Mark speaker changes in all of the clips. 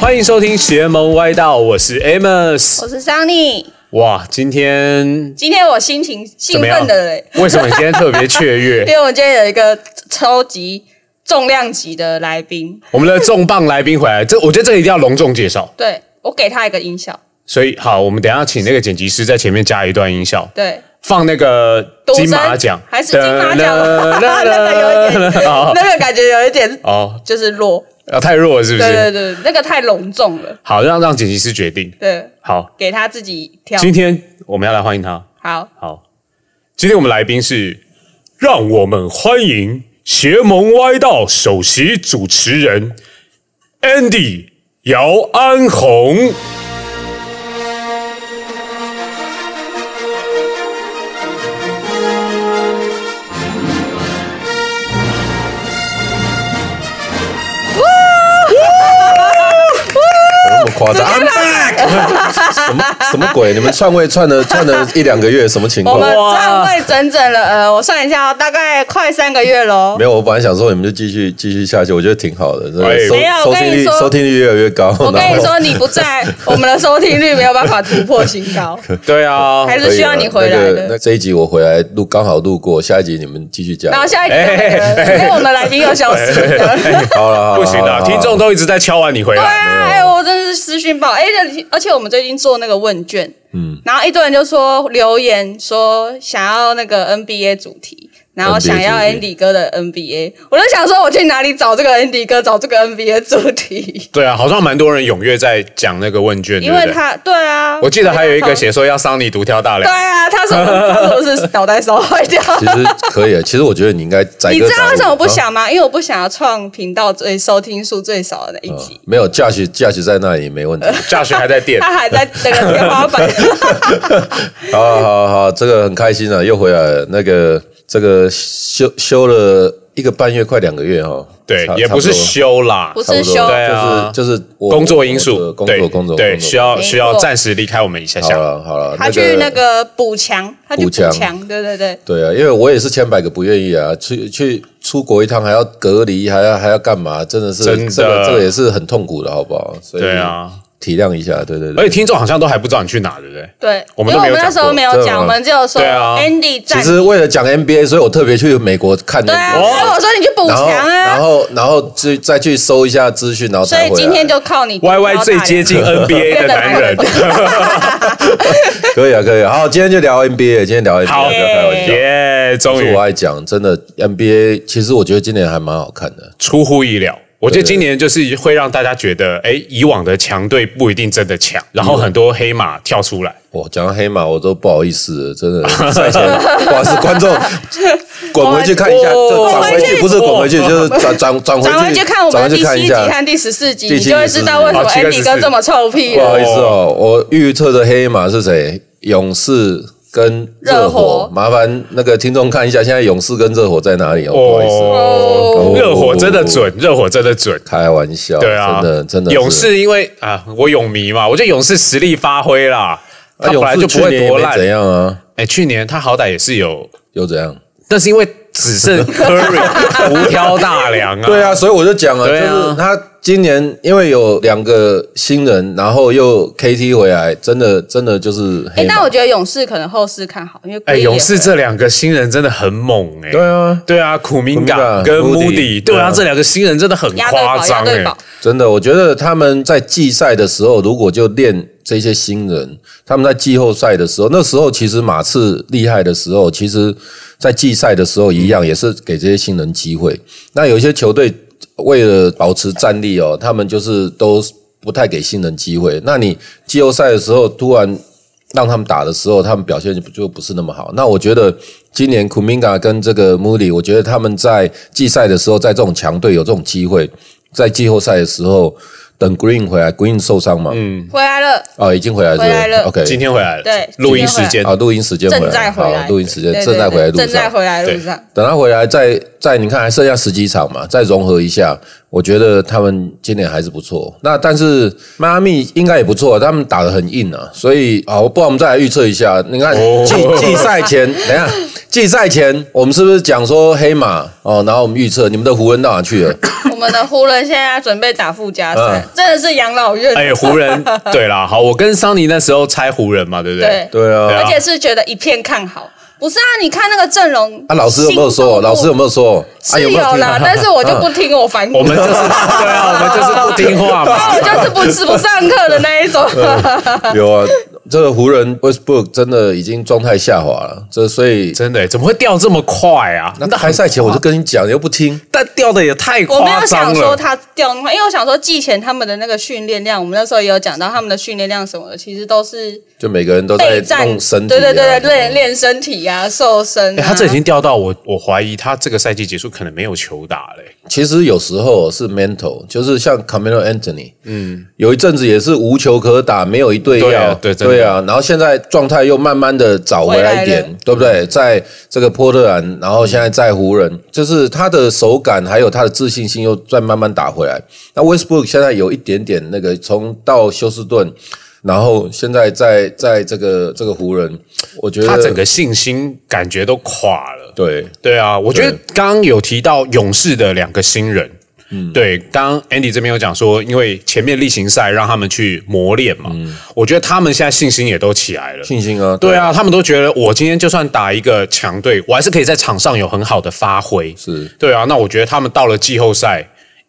Speaker 1: 欢迎收听邪门歪道，我是 Amos。
Speaker 2: 我是 Sunny，
Speaker 1: 哇，今天
Speaker 2: 今天我心情兴
Speaker 1: 怎么样
Speaker 2: 奋的嘞，？
Speaker 1: 为什么你今天特别雀
Speaker 2: 因
Speaker 1: 跃？
Speaker 2: 为我今天有一个超级重量级的来宾，
Speaker 1: 我们的重磅来宾回来，这我觉得这个一定要隆重介绍。
Speaker 2: 对我给他一个音效，
Speaker 1: 所以好，我们等一下请那个剪辑师在前面加一段音效，
Speaker 2: 对，
Speaker 1: 放那个
Speaker 2: 赌神
Speaker 1: 金马奖，
Speaker 2: 还是金马奖啊
Speaker 1: 那
Speaker 2: 那 个有一点
Speaker 1: 哦
Speaker 2: 那个感觉有一点
Speaker 1: 哦，
Speaker 2: 就是弱，
Speaker 1: 啊太弱了是不
Speaker 2: 对对
Speaker 1: 是？
Speaker 2: 对，那个太隆重了，
Speaker 1: 好，让让剪辑师决定。
Speaker 2: 对，
Speaker 1: 好，
Speaker 2: 给他自己挑，
Speaker 1: 今天我们要来欢迎他。
Speaker 2: 好，
Speaker 1: 好，今天我们来宾是，让我们欢迎邪盟歪道首席主持人 Andy 姚安红。
Speaker 3: 那么夸张？I'm back！什么什么 鬼？你们串位串了串了一两个月，什么情
Speaker 2: 我
Speaker 3: 况
Speaker 2: 们？
Speaker 1: 哇
Speaker 2: 站位整整了，呃，我算一下哦，大概快三个月喽
Speaker 3: 没，有，我本来想说你们就继续继续下去，我觉得挺好的，真的
Speaker 1: 哎
Speaker 3: 收
Speaker 2: 没有
Speaker 3: 收
Speaker 2: 我跟
Speaker 3: 听
Speaker 2: 你
Speaker 3: 率
Speaker 2: 说
Speaker 3: 收听率越来越高。
Speaker 2: 我跟
Speaker 3: 然
Speaker 2: 你
Speaker 3: 后
Speaker 2: 说，你不 在，我们的收听率没有办法突破新高，
Speaker 1: 对啊，
Speaker 2: 还
Speaker 3: 可以
Speaker 2: 是需要
Speaker 3: 了
Speaker 2: 你回来
Speaker 3: 那个那
Speaker 2: 的。
Speaker 3: 这一集我回来录，刚好录过，下一集你们继续加
Speaker 2: 然。后下一个
Speaker 1: 哎
Speaker 2: 就没了，因为我们来宾又消失了。
Speaker 3: 好 了，好啦
Speaker 1: 不
Speaker 2: 啊
Speaker 1: 行
Speaker 3: 好
Speaker 1: 的，
Speaker 3: 啦
Speaker 1: 听众都一直在敲完你回
Speaker 2: 对
Speaker 1: 来。
Speaker 2: 啊，哎，我真的是私讯爆，哎，而而且我们最近做那个问卷，嗯，然后一堆人就说留言说想要那个 NBA 主题。然后想要
Speaker 3: NBA
Speaker 2: Andy 哥的 NBA，我就想说我去哪里找这个 Andy 哥，找这个 NBA 主题，
Speaker 1: 对啊，好像蛮多人踊跃在讲那个问卷，对
Speaker 2: 因
Speaker 1: 不
Speaker 2: 为
Speaker 1: 对？
Speaker 2: 他对啊，
Speaker 1: 我记得还有一个写说要桑尼独挑大
Speaker 2: 对
Speaker 1: 梁，
Speaker 2: 啊，他说他说是脑袋烧坏 掉，
Speaker 3: 其实可以，啊其实我觉得你应该载
Speaker 2: 你
Speaker 3: 歌
Speaker 2: 知道为
Speaker 3: 载舞
Speaker 2: 什么不？
Speaker 3: 啊
Speaker 2: 想吗？因为我不想要创频道最收听数最少的那一集。
Speaker 3: 啊
Speaker 1: 哦
Speaker 3: 没有，Josh Josh 在那里没问题。
Speaker 1: 大学还在 垫。
Speaker 2: 他还在那个天花 板。
Speaker 3: 好啊好啊好啊，这个很开心啊，又回来了。那个这个休休了一个半月，快两个月哦。
Speaker 1: 对
Speaker 3: 差，
Speaker 1: 也不是
Speaker 3: 差多
Speaker 1: 修啦，
Speaker 2: 不是
Speaker 3: 差不多
Speaker 2: 休
Speaker 1: 对啊
Speaker 3: 就是就是我
Speaker 1: 工作因素
Speaker 3: 我的，工
Speaker 1: 对
Speaker 3: 作工作
Speaker 1: 对，
Speaker 3: 工作
Speaker 1: 需要
Speaker 2: 没错
Speaker 1: 需要暂时离开我们一下
Speaker 3: 好
Speaker 1: 下。
Speaker 3: 了好了，
Speaker 2: 他去那个补强，他去补强，对对对，
Speaker 3: 对啊，因为我也是千百个不愿意啊，去去出国一趟还要隔离，还要还要干嘛？真的是
Speaker 1: 真的
Speaker 3: 这个这个也是很痛苦的，好不好？所以
Speaker 1: 对啊，哎
Speaker 3: 体谅一下，对对
Speaker 1: 而且
Speaker 3: 对。
Speaker 1: 听众好像都还不知道你去哪，对不对？
Speaker 2: 对，
Speaker 1: 我
Speaker 2: 因
Speaker 1: 们都没
Speaker 2: 为我
Speaker 1: 有
Speaker 2: 们那时候没有
Speaker 3: 讲
Speaker 2: 讲，
Speaker 3: 过
Speaker 2: 我们只有说
Speaker 1: 对啊
Speaker 2: Andy
Speaker 3: 其
Speaker 2: 站，
Speaker 3: 实为了讲 NBA，所以我特别去美国看
Speaker 2: 对啊，所
Speaker 3: NBA，
Speaker 2: 以我说你去补
Speaker 3: 然后
Speaker 2: 强
Speaker 3: 哦然
Speaker 2: 啊，
Speaker 3: 后然后去再去搜一下资讯，然后
Speaker 2: 所
Speaker 3: 才
Speaker 2: 以
Speaker 3: 回来
Speaker 2: 今天就靠你。
Speaker 1: Y Y 最接近 NBA 的男人，
Speaker 3: 可以啊，可以啊。好，今天就聊 NBA，今天聊 NBA，
Speaker 1: 好
Speaker 3: 不要开玩笑。
Speaker 1: 耶！
Speaker 3: 就
Speaker 1: 终
Speaker 3: 是
Speaker 1: 于
Speaker 3: 我爱讲，真的 NBA，其实我觉得今年还蛮好看的。
Speaker 1: 出乎意料。我觉得
Speaker 3: 对对
Speaker 1: 今年就是会让大家觉得，哎，以往的强队不一定真的强，然后很多黑马跳出来。
Speaker 3: 我讲到黑马，我都不好意思了，真的。赛前，不好意思，观众，滚回去看一下，
Speaker 1: 哦
Speaker 3: 就转
Speaker 2: 滚
Speaker 3: 回
Speaker 2: 回
Speaker 3: 去，
Speaker 2: 去哦
Speaker 3: 不是滚回去，就是转转
Speaker 2: 转
Speaker 3: 转
Speaker 2: 回
Speaker 3: 回
Speaker 2: 去
Speaker 3: 去，
Speaker 2: 看我们的
Speaker 3: 转回
Speaker 2: 第
Speaker 3: 去看
Speaker 2: 七
Speaker 3: 一
Speaker 2: 集
Speaker 3: 下。
Speaker 2: 和第十四集，
Speaker 3: 第
Speaker 2: 你
Speaker 3: 七
Speaker 2: 就会知道为什么
Speaker 1: 哦七跟
Speaker 2: Andy 哥
Speaker 1: 14
Speaker 2: 这么臭屁
Speaker 3: 不好
Speaker 2: 了。
Speaker 3: 意思哦，我预测的黑马是谁？勇士跟热
Speaker 2: 热
Speaker 3: 火
Speaker 2: 火。
Speaker 3: 麻烦那个听众看一下，现在勇士跟热火在哪里哦？不好意思，
Speaker 1: 哦
Speaker 2: 哦，
Speaker 1: 热火真的准，热火真的准。
Speaker 3: 开玩笑，
Speaker 1: 对啊，
Speaker 3: 真的真的是
Speaker 1: 勇士因为啊，我勇迷嘛，我觉得勇士实力发挥啦，他
Speaker 3: 啊，
Speaker 1: 本
Speaker 3: 勇
Speaker 1: 来
Speaker 3: 士
Speaker 1: 就不
Speaker 3: 去年
Speaker 1: 会
Speaker 3: 也
Speaker 1: 多
Speaker 3: 没
Speaker 1: 烂
Speaker 3: 怎。样啊，
Speaker 1: 哎，去年他好歹也是有，
Speaker 3: 又怎样？
Speaker 1: 但是因为只剩 Curry 无挑大梁啊。
Speaker 3: 对啊，所以我就讲啊，
Speaker 1: 对啊
Speaker 3: 就是他今年因为有两个新人，然后又 KT 回来，真的真的就是
Speaker 2: 哎
Speaker 3: 黑，马。
Speaker 2: 但我觉得勇士可能后市看好，因为
Speaker 1: 哎、
Speaker 2: Green 也
Speaker 1: 勇士
Speaker 2: 回来
Speaker 1: 这两个新人真的很猛哎、
Speaker 3: 对啊，
Speaker 1: 对啊，苦明嘎
Speaker 3: Kuminga，
Speaker 1: 跟
Speaker 3: Moody，
Speaker 1: Moody，对
Speaker 3: 对
Speaker 1: 啊，
Speaker 3: 啊
Speaker 1: 这两个新人真的很
Speaker 2: 压对
Speaker 1: 夸
Speaker 2: 宝，
Speaker 1: 张
Speaker 2: 压
Speaker 1: 哎、
Speaker 2: 对宝，
Speaker 3: 真的，我觉得他们在季赛的时候，如果就练这些新人，他们在季后赛的时候，那时候其实马刺厉害的时候，其实在季赛的时候一样，也是给这些新人机会。那有一些球队为了保持战力哦，他们就是都不太给新人机会。那你季后赛的时候突然让他们打的时候，他们表现就不就不是那么好。那我觉得今年 Kuminga 跟这个 Moody，我觉得他们在季赛的时候，在这种强队有这种机会，在季后赛的时候，等 Green 回来，Green 受伤嘛，嗯，
Speaker 2: 回来了，
Speaker 3: 哦，已经回来是不是
Speaker 2: 回来了
Speaker 3: OK，
Speaker 1: 今天回来了，
Speaker 2: 对
Speaker 1: 录音时
Speaker 2: 今
Speaker 1: 间
Speaker 3: 啊，录音时间回
Speaker 2: 正
Speaker 3: 来，
Speaker 2: 在回
Speaker 3: 好，
Speaker 2: 来，
Speaker 3: 录音时间
Speaker 2: 对对
Speaker 3: 正在回来路
Speaker 2: 对正在
Speaker 3: 上。
Speaker 2: 回来路
Speaker 1: 对
Speaker 2: 上。
Speaker 3: 等他回来再，再你看还剩下十几场嘛，再融合一下，我觉得他们今年还是不错。那但是迈阿密应该也不错，他们打得很硬啊，所以啊，我不然我们再来预测一下。你看
Speaker 1: 哦
Speaker 3: 季季赛前，等一下季赛前我们是不是讲说黑马哦？然后我们预测你们的湖人到哪去了？
Speaker 2: 们的湖人现在准备打附加赛
Speaker 3: 嗯，
Speaker 2: 真的是养老院，
Speaker 1: 哎，湖 人，对啦，好，我跟桑尼那时候猜湖人嘛，对不对？
Speaker 2: 对
Speaker 3: 对
Speaker 1: 对
Speaker 3: 啊
Speaker 1: 啊，
Speaker 2: 而且是觉得一片看好。不是啊，你看那个阵容，
Speaker 3: 啊，老师有没有说？老师有没有说？啊，
Speaker 2: 是
Speaker 3: 有没
Speaker 2: 有
Speaker 3: 有听
Speaker 2: 啦，但是我就不听我反 骨，哦
Speaker 1: 我们 就是对啊，我们就是不听话嘛。
Speaker 2: 我就是不吃不上课的那 一种。
Speaker 3: 有啊，这个湖人 Westbrook 真的已经状态下滑了，这所以
Speaker 1: 真的耶，怎么会掉这么快啊？
Speaker 3: 那开赛前我就跟你讲，你又不听，
Speaker 1: 但掉的也太
Speaker 2: 我没
Speaker 1: 夸张
Speaker 2: 有想说
Speaker 1: 了。
Speaker 2: 他掉那么快，因为我想说季前他们的那个训练量，我们那时候也有讲到他们的训练量什么的，其实都是
Speaker 3: 就每个人都在
Speaker 2: 备战，
Speaker 3: 弄身体、啊，
Speaker 2: 对对对对，练练身体呀、瘦身、
Speaker 1: 哎，
Speaker 2: 啊。
Speaker 1: 他这已经掉到我，我怀疑他这个赛季结束可能没有球打哎嘞。
Speaker 3: 其实有时候是 mental，就是像 Camilo Anthony，嗯，有一阵子也是无球可打，没有一队
Speaker 1: 对
Speaker 3: 要
Speaker 1: 啊，对真的
Speaker 3: 对啊，然后现在状态又慢慢的找回来一点
Speaker 2: 回来了，
Speaker 3: 对不对？在这个波特兰，然后现在在湖人，就是他的手感还有他的自信心又再慢慢打回来。那 Westbrook 现在有一点点那个，从到休斯顿，然后现在在在这个这个湖人，我觉得
Speaker 1: 他整个信心感觉都垮了。
Speaker 3: 对
Speaker 1: 对啊，我觉得刚刚有提到勇士的两个新人，嗯，对，刚刚 Andy 这边有讲说，因为前面例行赛让他们去磨练嘛，我觉得他们现在信心也都起来了。
Speaker 3: 嗯信心啊，
Speaker 1: 对啊，他们都觉得我今天就算打一个强队，我还是可以在场上有很好的发挥。
Speaker 3: 是
Speaker 1: 对啊，那我觉得他们到了季后赛，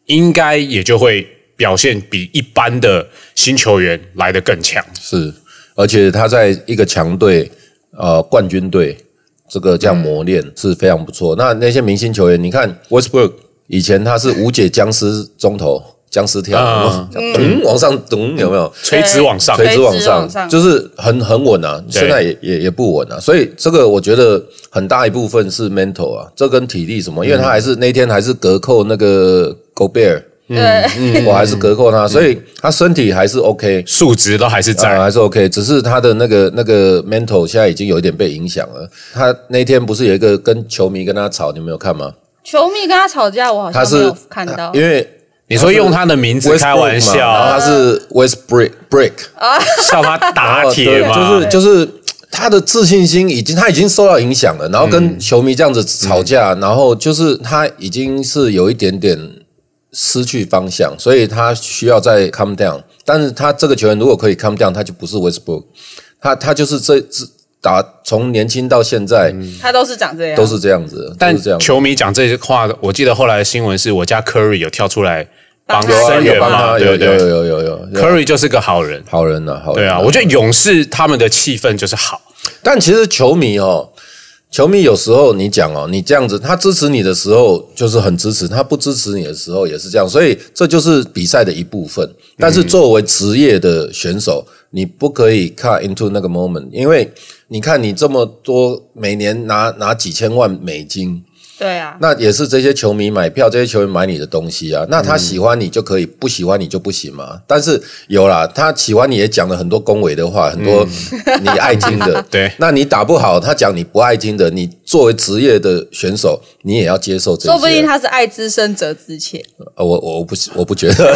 Speaker 1: 应该也就会表现比一般的新球员来得更强。
Speaker 3: 是，而且他在一个强队，呃，冠军队，这个这样磨练是非常不错。那那些明星球员，你看 Westbrook 以前他是无解僵尸中投，僵尸跳，
Speaker 1: 啊
Speaker 3: 有没有这样咚往上咚，有没有？
Speaker 1: 垂直往上，
Speaker 3: 嗯垂直往
Speaker 2: 垂直往
Speaker 3: 上，
Speaker 2: 上
Speaker 3: 就是很很稳啊，
Speaker 1: 对
Speaker 3: 现在也也也不稳啊，所以这个我觉得很大一部分是 mental 啊，这跟体力什
Speaker 1: 嗯
Speaker 3: 么，因为他还是那天还是隔扣那个 Gobert，
Speaker 2: 对，
Speaker 1: 嗯
Speaker 3: 我还是隔扣他，所以他身体还是 OK，
Speaker 1: 数值都还是在。
Speaker 3: 啊，还是 OK，只是他的那个那个 mental 现在已经有一点被影响了。他那天不是有一个跟球迷跟他吵，你们有看吗？
Speaker 2: 球迷跟他吵架，我好
Speaker 3: 他
Speaker 2: 像没
Speaker 3: 是
Speaker 2: 有看到。
Speaker 3: 因为
Speaker 1: 你说用他的名字
Speaker 3: 呃 Westbrook
Speaker 1: 开玩
Speaker 3: 嘛
Speaker 1: 笑，
Speaker 3: 然后他是 Westbrook Brick
Speaker 1: 笑他打铁
Speaker 3: 哦对
Speaker 1: 嘛，
Speaker 3: 就是就是他的自信心已经他已经受到影响了，然后
Speaker 1: 嗯
Speaker 3: 跟球迷这样子吵架，然后就是他已经是有一点点失去方向，所以他需要再 calm down。但是他这个球员如果可以 calm down，他就不是 Westbrook，他他就是这这打从年轻到现在。
Speaker 2: 他都是长这样，
Speaker 3: 都是这样子，
Speaker 1: 嗯但
Speaker 3: 都是这样子。
Speaker 1: 球迷讲这些话，我记得后来的新闻是我家 Curry 有跳出来帮
Speaker 2: 有啊
Speaker 1: 声
Speaker 3: 有
Speaker 1: 援
Speaker 3: 帮
Speaker 1: 嘛，
Speaker 3: 他，
Speaker 1: 对
Speaker 3: 有
Speaker 1: 不
Speaker 3: 有
Speaker 1: 对
Speaker 3: 有有有哦有
Speaker 1: ？Curry 就是个好人，
Speaker 3: 好人呐，好人。
Speaker 1: 对啊，我觉得勇士他们的气氛就是好，
Speaker 3: 但其实球迷哦，球迷有时候你讲哦，你这样子，他支持你的时候就是很支持，他不支持你的时候也是这样，所以这就是比赛的一部分。但是作为职业的选手，你不可以 cut into 那个 moment，因为你看你这么多，每年拿拿几千万美金，
Speaker 2: 对啊，
Speaker 3: 那也是这些球迷买票，这些球员买你的东西
Speaker 1: 嗯
Speaker 3: 啊。那他喜欢你就可以，不喜欢你就不行嘛。但是有啦，他喜欢你也讲了很多恭维的话，很多你爱听的。
Speaker 1: 嗯 对
Speaker 3: 那你打不好，他讲你不爱听的，你作为职业的选手，你也要接受这些。
Speaker 2: 说不定他是爱之深责之切。
Speaker 3: 呃，我我不我不 觉得，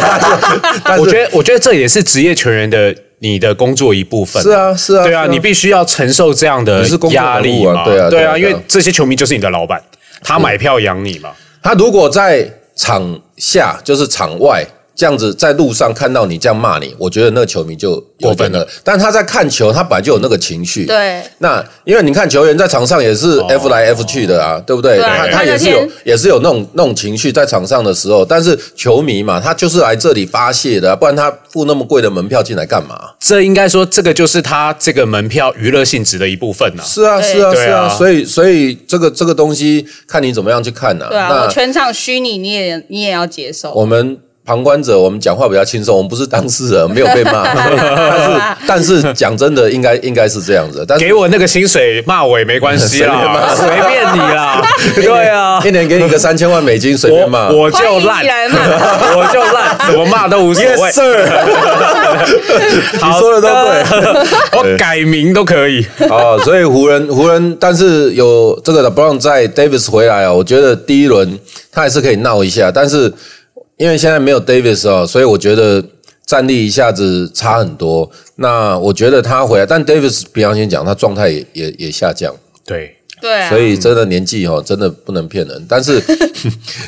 Speaker 3: 但是
Speaker 1: 我觉得我觉得这也是职业球员的你的工作一部分，
Speaker 3: 是啊是啊，
Speaker 1: 对
Speaker 3: 是
Speaker 1: 啊，你必须要承受这样的
Speaker 3: 你是公众人物啊
Speaker 1: 压力嘛，
Speaker 3: 对啊对
Speaker 1: 对
Speaker 3: 啊
Speaker 1: 啊，因
Speaker 3: 对
Speaker 1: 为
Speaker 3: 啊
Speaker 1: 这些球迷就是你的老板，他买票养你嘛，
Speaker 3: 他如果在场下，就是场外这样子，在路上看到你这样骂你，我觉得那个球迷就
Speaker 1: 过
Speaker 3: 有点
Speaker 1: 分了。
Speaker 3: 但他在看球，他本来就有那个情绪。
Speaker 2: 对，
Speaker 3: 那因为你看球员在场上也是
Speaker 1: 哦
Speaker 3: F 来 F 去的啊，对不对？
Speaker 2: 对啊
Speaker 3: 他
Speaker 2: 他
Speaker 3: 他也是
Speaker 2: 那
Speaker 3: 有
Speaker 2: 天
Speaker 3: 也是有那种那种情绪在场上的时候，但是球迷嘛，他就是来这里发泄的啊、不然他付那么贵的门票进来干嘛？
Speaker 1: 这应该说这个就是他这个门票娱乐性质的一部分呐，
Speaker 3: 是啊，
Speaker 2: 对
Speaker 3: 是啊，
Speaker 1: 对
Speaker 3: 是啊，
Speaker 1: 啊
Speaker 3: 所以所以这个这个东西看你怎么样去看呐、
Speaker 2: 对啊，
Speaker 3: 那
Speaker 2: 我全场虚拟，你也你也要接受。
Speaker 3: 我们旁观者，我们讲话比较轻松，我们不是当事人，没有 被骂。但是，但是讲真的，应该应该是这样子的。但是
Speaker 1: 给我那个薪水骂我也没关系 啦，随
Speaker 3: 随
Speaker 1: 便你 啦，对啊，
Speaker 3: 一年给你个三千万美金，随便骂。
Speaker 1: 我我
Speaker 2: 欢
Speaker 1: 就
Speaker 2: 迎
Speaker 1: 烂
Speaker 2: 你，来 嘛，
Speaker 1: 我就烂，怎么骂都无所谓。
Speaker 3: 你说的都
Speaker 1: 我改名都可以。
Speaker 3: 对。 啊，所以湖人湖人，但是有这个 LeBron 在 Davis 回来啊，我觉得第一轮他还是可以闹一下，但是因为现在没有 Davis 哦，所以我觉得。战力一下子差很多，那我觉得他回来，但 Davis 平常先讲，他状态也也也下降，
Speaker 1: 对，
Speaker 2: 对啊，
Speaker 3: 所以真的年纪哈、真的不能骗人。但是，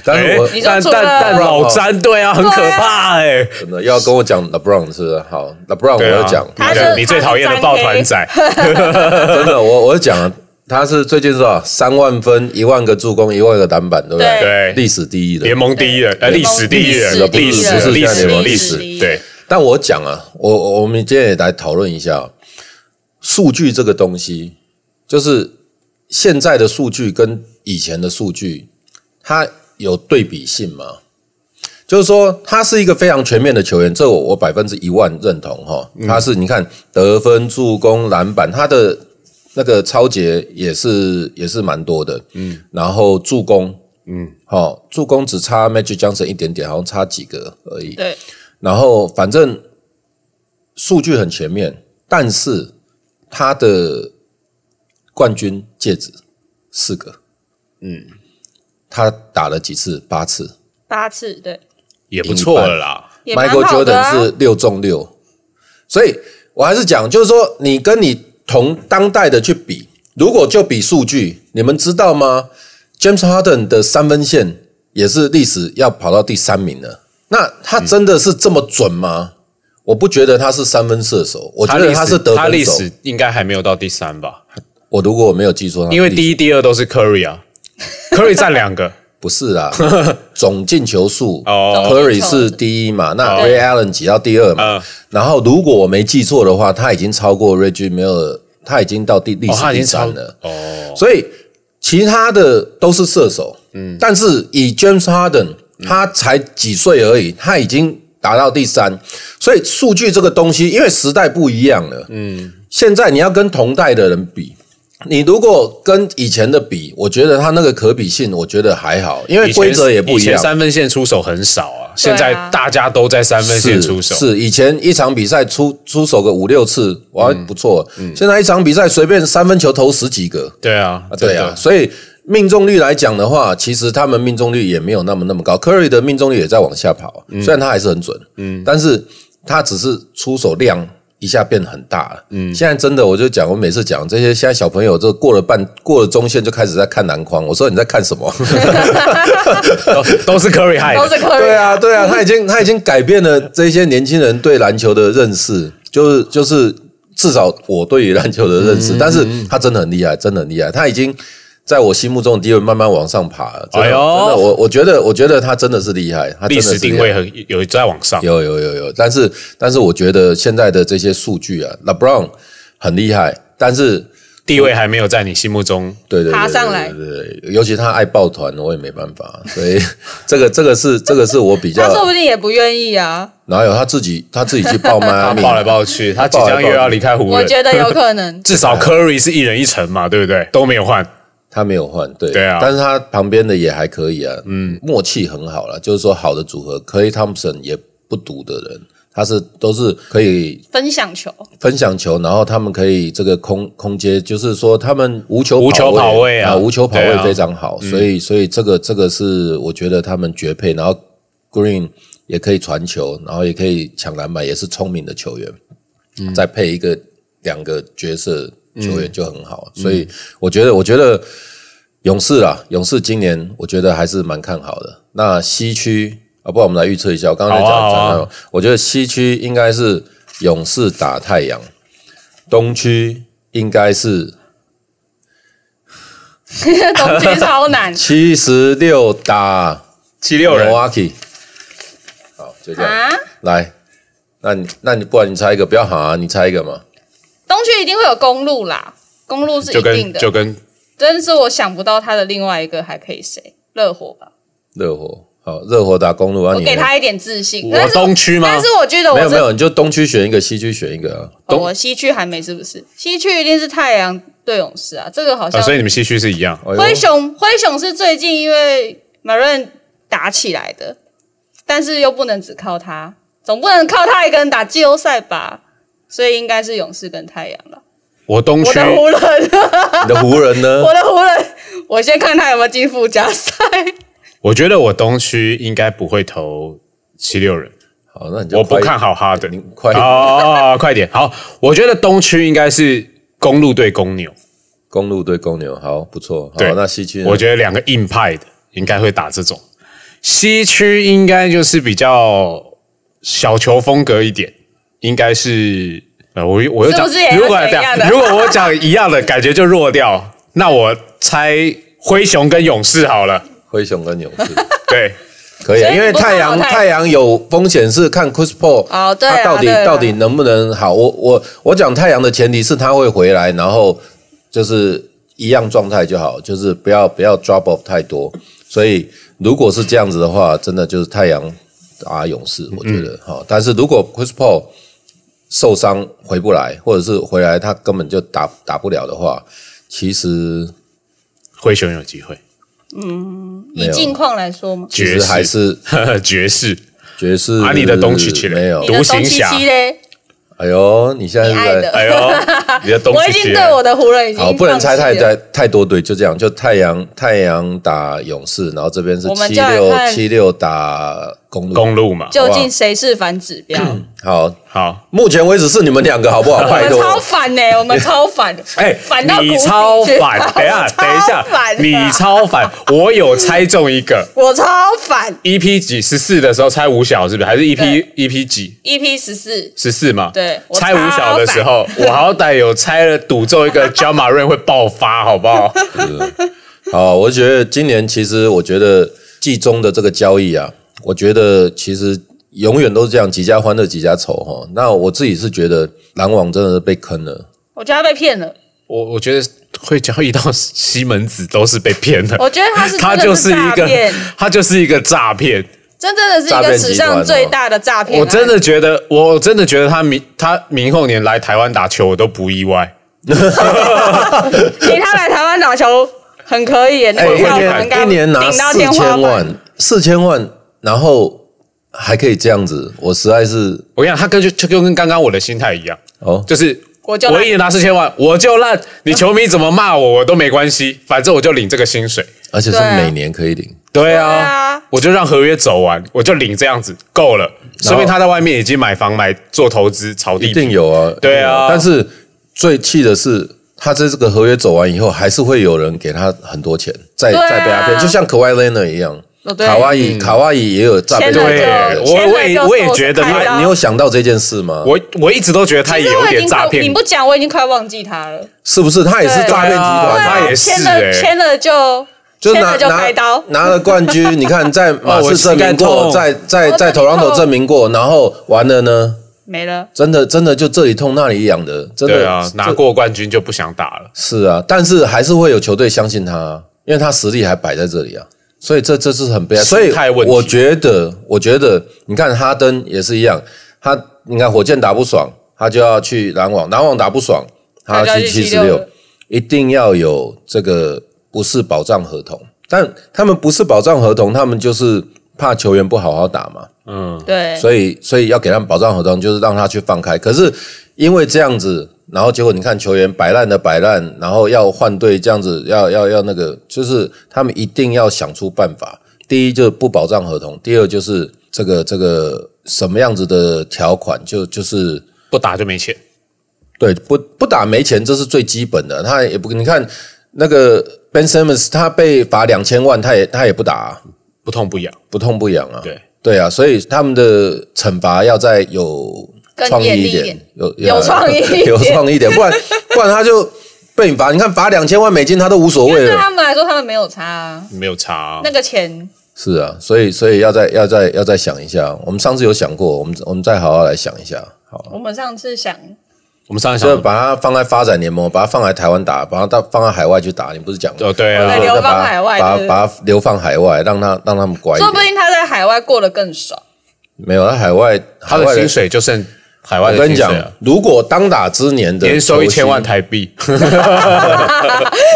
Speaker 3: 但是我
Speaker 4: 哎
Speaker 2: 你说
Speaker 4: 但
Speaker 2: 除了
Speaker 4: 但但老詹对啊，很可怕哎、
Speaker 3: 真的要跟我讲 LeBron 是不是好，LeBron 我
Speaker 4: 对啊
Speaker 3: 要讲，
Speaker 2: 他是
Speaker 4: 对你最讨厌的抱团仔，
Speaker 3: 真的我我讲了，他是最近是吧，三万分，一万个助攻，一万个篮板，对不对？
Speaker 1: 哎
Speaker 4: 对
Speaker 3: 历史第一的
Speaker 4: 联盟第一人，呃，
Speaker 2: 对
Speaker 4: 历史第一人，
Speaker 3: 历
Speaker 4: 历
Speaker 3: 史
Speaker 4: 史历史
Speaker 3: 第一人不是
Speaker 4: 历
Speaker 2: 现在联盟
Speaker 4: 史
Speaker 2: 第一，
Speaker 4: 对，
Speaker 3: 但我讲啊，我我我们今天也来讨论一下数据这个东西，就是现在的数据跟以前的数据，它有对比性吗？就是说，他是一个非常全面的球员，这我我百分之一万认同哈。他是你看得分、助攻、篮板，他的那个超节也是也是蛮多的，嗯，然后助攻，嗯，好、助攻只差 Magic Johnson 一点点，好像差几个而已，
Speaker 2: 对，
Speaker 3: 然后反正数据很全面，但是他的冠军戒指四个，嗯，他打了几次？八次。
Speaker 2: 八次，对，
Speaker 4: 也不错了啦。
Speaker 2: 也蛮
Speaker 3: Michael
Speaker 2: 好的
Speaker 3: Jordan
Speaker 2: 啊。
Speaker 3: 是六中六，所以我还是讲，就是说你跟你同当代的去比，如果就比数据，你们知道吗？James Harden 的三分线也是历史要跑到第三名了，那他真的是这么准吗？我不觉得他是三分射手，我觉得他是得
Speaker 4: 他
Speaker 3: 分
Speaker 4: 历
Speaker 3: 手。
Speaker 4: 史应该还没有到第三吧，
Speaker 3: 我如果我没有记错，他
Speaker 4: 因为
Speaker 3: 历史
Speaker 4: 第一、第二都是 Curry 啊 ，Curry 占两个
Speaker 3: 不是啦，总进球数
Speaker 4: 哦
Speaker 3: ，Curry 是第一嘛，那
Speaker 2: 哦
Speaker 3: Ray Allen 挤到第二嘛
Speaker 4: 嗯。
Speaker 3: 然后如果我没记错的话，他已经超过 Reggie Miller，他已 经到第历
Speaker 4: 哦，
Speaker 3: 史
Speaker 4: 他已
Speaker 3: 第
Speaker 4: 经超
Speaker 3: 三了。
Speaker 4: 哦，
Speaker 3: 所以其他的都是射手，嗯，但是以 James Harden，他
Speaker 4: 嗯
Speaker 3: 才几岁而已，他已经达到第三，所以数据这个东西，因为时代不一样了，嗯，现在你要跟同代的人比。你如果跟以前的比，我觉得他那个可比性，我觉得还好，因为
Speaker 4: 以前
Speaker 3: 规则也不
Speaker 4: 以
Speaker 3: 一
Speaker 4: 前
Speaker 3: 样。
Speaker 4: 三分线出手很少啊，现在大家都在三分线出手，
Speaker 3: 是是以前一场比赛出出手个五六次，哇，不错。现在一场比赛随便三分球投十几个，
Speaker 4: 对啊，
Speaker 3: 啊，对
Speaker 4: 真
Speaker 3: 啊，
Speaker 4: 的，
Speaker 3: 所以命中率来讲的话，其实他们命中率也没有那么那么高，Curry 的命中率也在往下跑，虽然他还是很准，嗯，但是他只是出手量。一下变很大了，嗯，现在真的我就讲，我每次讲这些，现在小朋友就过了半过了中线就开始在看篮筐，我说你在看什么？
Speaker 4: 都都是 Curry 害
Speaker 2: 都
Speaker 4: 的，
Speaker 2: 是可以，
Speaker 3: 对啊，对啊，他已经他已经改变了这些年轻人对篮球的认识，就是就是至少我对于篮球的认识，但是他真的很厉害，真的很厉害，他已经。在我心目中的地位慢慢往上爬了，真的，
Speaker 4: 哎呦
Speaker 3: 真的，我我觉得，我觉得他真的是厉害，他真
Speaker 4: 历
Speaker 3: 的是
Speaker 4: 史定
Speaker 3: 厉害
Speaker 4: 位很有在往上，
Speaker 3: 有有有有，但是但是我觉得现在的这些数据啊，LeBron 很厉害，但是
Speaker 4: 地位还没有在你心目中
Speaker 3: 对对对
Speaker 2: 爬上来
Speaker 3: 对对对，尤其他爱抱团，我也没办法，所以 这个这个是这个是我比较
Speaker 2: 他说不定也不愿意啊，
Speaker 3: 哪有他自己他自己去报迈 阿密？
Speaker 4: 啊抱来抱去，他即将又要离开湖
Speaker 2: 我
Speaker 4: 人，。
Speaker 2: 觉 得有可能
Speaker 4: 至少 Curry 是一人一城嘛，对不对？都没有换，
Speaker 3: 他没有换，对
Speaker 4: 对啊
Speaker 3: 但是他旁边的也还可以啊，嗯，默契很好了，就是说好的组合，Clay Thompson 也不赌的人，他是都是可以
Speaker 2: 分享球，
Speaker 3: 分享球，然后他们可以这个空空接，就是说他们无球
Speaker 4: 无球跑位啊
Speaker 3: 无球跑
Speaker 4: 对
Speaker 3: 位
Speaker 4: 啊
Speaker 3: 非常好，所以所以这个这个是我觉得他们绝配，然后 Green 也可以传球，然后也可以抢篮板，也是聪明的球员，再配一个两个角色球
Speaker 4: 嗯
Speaker 3: 员就很好，所以我觉得我觉得勇士啦，勇士今年我觉得还是蛮看好的。那西区啊，不然我们来预测一下，我刚刚才讲
Speaker 4: 好啊好
Speaker 3: 讲
Speaker 4: 啊
Speaker 3: 到我觉得西区应该是勇士打太阳，东区应该是
Speaker 2: 东区超难
Speaker 3: 七十六打
Speaker 4: 七六人
Speaker 3: Milwaukee。好，就这样。
Speaker 2: 啊！
Speaker 3: 来，那你那你不然你猜一个，不要喊啊，你猜一个嘛。
Speaker 2: 东区一定会有公路啦，公路是
Speaker 4: 就
Speaker 2: 一定
Speaker 4: 跟
Speaker 2: 的
Speaker 4: 就，跟
Speaker 2: 但是我想不到他的另外一个还可以谁，热火吧，
Speaker 3: 热火，好，热火打公路啊，
Speaker 2: 我
Speaker 3: 你
Speaker 2: 给他一点自信。
Speaker 4: 我
Speaker 2: 但是
Speaker 4: 东区吗？
Speaker 2: 但是我觉得 我
Speaker 3: 没有没
Speaker 2: 是
Speaker 3: 有，你就东区选一个，西区选一个啊。
Speaker 2: 哦我西区还没是不是？西区一定是太阳对勇士啊，这个好像
Speaker 4: 啊，所以你们西区是一样。
Speaker 3: 哎呦
Speaker 2: 灰熊灰熊是最近因为 Maroon 打起来的，但是又不能只靠他，总不能靠他一个人打季后赛吧？所以应该是勇士跟太阳 了。
Speaker 4: 我东
Speaker 2: 我
Speaker 4: 区
Speaker 2: 的湖人，
Speaker 3: 你的湖人呢？
Speaker 2: 啊 我的湖人，我先看他有没有进附加 赛。
Speaker 4: 我觉得我东区应该不会投七六人，
Speaker 3: 好，那你就
Speaker 4: 我不
Speaker 3: 快
Speaker 4: 看，好哈登
Speaker 3: 你。快
Speaker 1: 哦
Speaker 4: 哦，快点！好，我觉得东区应该是公路对公牛，
Speaker 3: 公路对公牛，好不错。好
Speaker 1: 对，，
Speaker 3: 那西区呢
Speaker 1: 我觉得两个硬派的应该会打这种。西区应该就是比较小球风格一点，应该是呃，我又我又讲，
Speaker 2: 是不是也要
Speaker 1: 如果
Speaker 2: 讲一样的
Speaker 1: 如果我讲一样的，感觉就弱掉。那我猜灰熊跟勇士好了，
Speaker 3: 灰熊跟勇士
Speaker 1: 对，
Speaker 3: 可以
Speaker 2: 所
Speaker 3: 啊，
Speaker 2: 以
Speaker 3: 因为
Speaker 2: 你不看
Speaker 3: 太
Speaker 2: 好
Speaker 3: 阳
Speaker 2: 太
Speaker 3: 太阳有风险是看 Chris Paul
Speaker 2: 哦对啊
Speaker 3: 他到底
Speaker 2: 对啊
Speaker 3: 到底能不能好。我我我讲太阳的前提是他会回来，然后就是一样状态就好，就是不要不要 drop off 太多。所以如果是这样子的话，真的就是太阳打勇
Speaker 1: 嗯
Speaker 3: 士，我觉得好。但是如果 Chris Paul 受伤回不来，或者是回来他根本就打打不了的话，其实
Speaker 1: 灰熊有机会，
Speaker 3: 没
Speaker 2: 以
Speaker 3: 有
Speaker 2: 近况来说吗？
Speaker 3: 其
Speaker 1: 爵
Speaker 3: 实还
Speaker 1: 士
Speaker 3: 是
Speaker 1: 爵士，
Speaker 3: 爵士
Speaker 1: 啊你的东契奇嘞
Speaker 3: 没有
Speaker 2: 你。的
Speaker 1: 独行
Speaker 2: 东契
Speaker 1: 侠
Speaker 2: 奇嘞，
Speaker 3: 哎呦，你现在
Speaker 2: 你
Speaker 3: 是
Speaker 2: 爱
Speaker 3: 在
Speaker 2: 的。
Speaker 1: 哎 呦，你的东
Speaker 2: 我
Speaker 1: 西
Speaker 2: 已经
Speaker 1: 去
Speaker 2: 对我的湖人已经
Speaker 3: 好，不能猜
Speaker 2: 放弃
Speaker 3: 太
Speaker 2: 了
Speaker 3: 太太多队，就这样，就太阳太阳打勇士，然后这边是
Speaker 2: 我们
Speaker 3: 七
Speaker 2: 就来
Speaker 3: 六
Speaker 2: 看
Speaker 3: 七六打公路。
Speaker 1: 公路嘛，
Speaker 2: 究竟谁是反指 标？我
Speaker 3: 好，
Speaker 1: 好，
Speaker 3: 目前为止是你们两个，好 不好？拜
Speaker 2: 们
Speaker 3: 托，
Speaker 2: 超反呢、我们超反，
Speaker 1: 哎、
Speaker 2: 反到谷
Speaker 1: 你
Speaker 2: 底
Speaker 1: 超
Speaker 2: 去
Speaker 1: 反，
Speaker 2: 我
Speaker 1: 等一下，
Speaker 2: 超啊
Speaker 1: 等一下
Speaker 2: 反，
Speaker 1: 你超反，我有猜中一个。
Speaker 2: 我超反
Speaker 1: EP 几十四的时候猜五小是不是？还是 E EP
Speaker 2: 对
Speaker 1: EP 几
Speaker 2: ，EP E 十四，
Speaker 1: 十四嘛？
Speaker 2: 对我
Speaker 1: 猜五小的时候，我好歹有猜了赌中一个 j a m a r a n 会爆发，好不好？
Speaker 3: 好，我觉得今年其实我觉得季中的这个交易啊，我觉得其实永远都是这样，几家欢乐几家愁哈。那我自己是觉得篮网真的是被坑了，
Speaker 2: 我觉得他被骗了，
Speaker 1: 我我觉得会交易到西门子都是被骗的，
Speaker 2: 我觉得他 是
Speaker 1: 他
Speaker 2: 真
Speaker 1: 就
Speaker 2: 的
Speaker 1: 是一
Speaker 2: 诈
Speaker 1: 个
Speaker 2: 骗，
Speaker 1: 他就是一个诈骗。
Speaker 2: 真真的是
Speaker 3: 诈
Speaker 2: 一
Speaker 3: 骗
Speaker 2: 个
Speaker 3: 集
Speaker 2: 史
Speaker 3: 团哦
Speaker 2: 上最大的诈骗案。啊
Speaker 1: 我真的觉得，我真的觉得他明他明后年来台湾打球，我都不意外。
Speaker 2: 请他来台湾打球很可以耶，那
Speaker 3: 哎、
Speaker 2: 个
Speaker 3: 一
Speaker 2: 票房应该
Speaker 3: 年一年拿
Speaker 2: 顶到
Speaker 3: 四
Speaker 2: 天花
Speaker 3: 千
Speaker 2: 板。
Speaker 3: 万，四千万，然后还可以这样子，我实在是
Speaker 1: 我跟你讲，他跟就就就跟刚刚我的心态一样，
Speaker 3: 哦。
Speaker 1: 就是
Speaker 2: 我就烂
Speaker 1: 我一年拿四千万，我就烂。你球迷怎么骂我，我都没关系，反正我就领这个薪水。
Speaker 3: 而且是
Speaker 2: 对啊
Speaker 3: 每年可以领。
Speaker 1: 对
Speaker 2: 对
Speaker 1: 啊，
Speaker 2: 啊，
Speaker 1: 我就让合约走完，我就领这样子够了。说明他在外面已经买房、买做投资、炒
Speaker 3: 一
Speaker 1: 地
Speaker 3: 定
Speaker 1: 皮。
Speaker 3: 有啊，
Speaker 1: 对啊
Speaker 3: 但是最气的是，他在这个合约走完以后，还是会有人给他很多钱，再、
Speaker 2: 对啊
Speaker 3: 再被他骗，就像 k a w i l e n a 一样，
Speaker 2: 哦对
Speaker 3: 卡哇
Speaker 1: 嗯
Speaker 3: 伊卡哇伊也有诈骗
Speaker 2: 签了
Speaker 3: 的
Speaker 1: 对
Speaker 2: 就
Speaker 1: 我
Speaker 2: 签了
Speaker 1: 我也
Speaker 2: 就
Speaker 1: 我也
Speaker 2: 手
Speaker 1: 觉得
Speaker 2: 开
Speaker 1: 他
Speaker 2: 刀
Speaker 3: 你有想到这件事吗？
Speaker 1: 我我一直都觉得他
Speaker 2: 其
Speaker 1: 也
Speaker 2: 实我
Speaker 1: 有
Speaker 2: 已
Speaker 1: 点
Speaker 2: 经
Speaker 1: 诈
Speaker 2: 快，
Speaker 1: 骗
Speaker 2: 你，不讲我已经快忘记他了。
Speaker 3: 是不是他也是诈骗集
Speaker 1: 对
Speaker 3: 团？
Speaker 1: 啊他也是
Speaker 2: 签
Speaker 1: 欸
Speaker 2: 了签了就
Speaker 3: 就是
Speaker 2: 签
Speaker 3: 拿
Speaker 2: 了就
Speaker 3: 拿
Speaker 2: 开刀，
Speaker 3: 拿了冠军，你看在马刺
Speaker 1: 哦我膝
Speaker 3: 证明过，
Speaker 1: 盖痛
Speaker 3: 在在
Speaker 2: 哦这里
Speaker 3: 在 Toronto
Speaker 2: 痛
Speaker 3: 证明过，然后完了呢，
Speaker 2: 没了。
Speaker 3: 真的真的就这里痛那里痒的，真的
Speaker 1: 对啊，拿过冠军就不想打了。
Speaker 3: 是啊，但是还是会有球队相信他、啊，因为他实力还摆在这里啊，所以这这是很悲哀。所以
Speaker 1: 心态问题
Speaker 3: 我觉得，我觉得你看哈登也是一样，他你看火箭打不爽，他就要去篮网，篮网打不爽，他
Speaker 2: 他
Speaker 3: 要
Speaker 2: 就
Speaker 3: 去
Speaker 2: 去
Speaker 3: 七十
Speaker 2: 76
Speaker 3: 六
Speaker 2: 了，
Speaker 3: 一定要有这个不是保障合同，但他们不是保障合同，他们就是怕球员不好好打嘛。
Speaker 1: 嗯，
Speaker 2: 对，
Speaker 3: 所以所以要给他们保障合同，就是让他去放开。可是因为这样子，然后结果你看球员摆烂的摆烂，然后要换队这样子，要要要那个，就是他们一定要想出办法。第一就是不保障合同，第二就是这个这个什么样子的条款，就就是
Speaker 1: 不打就没钱。
Speaker 3: 对，不不打没钱，这是最基本的。他也不，你看那个 Ben Simmons，他被罚两千万，他也他也不打啊、
Speaker 1: 不痛不痒，
Speaker 3: 不痛不痒啊。
Speaker 1: 对
Speaker 3: 对啊，所以他们的惩罚要再有
Speaker 2: 更
Speaker 3: 创意
Speaker 2: 严厉
Speaker 3: 一
Speaker 2: 一
Speaker 3: 点
Speaker 2: 点，
Speaker 3: 有
Speaker 2: 有创意一点
Speaker 3: 有 创意一点， 不然不然他就被你罚。你看罚两千万美金，他都无所
Speaker 2: 因为
Speaker 3: 谓
Speaker 2: 对
Speaker 3: 了。
Speaker 2: 他们来说，他们没有差啊。
Speaker 1: 没有差啊、
Speaker 2: 那个钱，
Speaker 3: 是啊，所以所以要再要再要再想一下。我们上次有想过，我们我们再好好来想一下。好，
Speaker 2: 我们上次想，
Speaker 1: 我们上一
Speaker 3: 就
Speaker 1: 场
Speaker 3: 把它放在发展联盟，把它放在台湾打，把它到放在海外去打。你不是讲吗？
Speaker 1: 哦，对
Speaker 2: 我在
Speaker 1: 啊，
Speaker 2: 流
Speaker 3: 再把
Speaker 2: 放
Speaker 3: 它
Speaker 2: 海外对
Speaker 3: 把它
Speaker 2: 不对
Speaker 3: 把它流放海外，让他让他们乖一
Speaker 2: 说不
Speaker 3: 点。
Speaker 2: 定他在海外过得更爽。
Speaker 3: 没有，他海外
Speaker 1: 他
Speaker 3: 海外
Speaker 1: 的薪水就剩海外
Speaker 3: 我
Speaker 1: 的
Speaker 3: 跟你
Speaker 1: 薪水
Speaker 3: 讲
Speaker 1: 了，，
Speaker 3: 如果当打之年的
Speaker 1: 年收一
Speaker 3: 球星
Speaker 1: 千万，台币，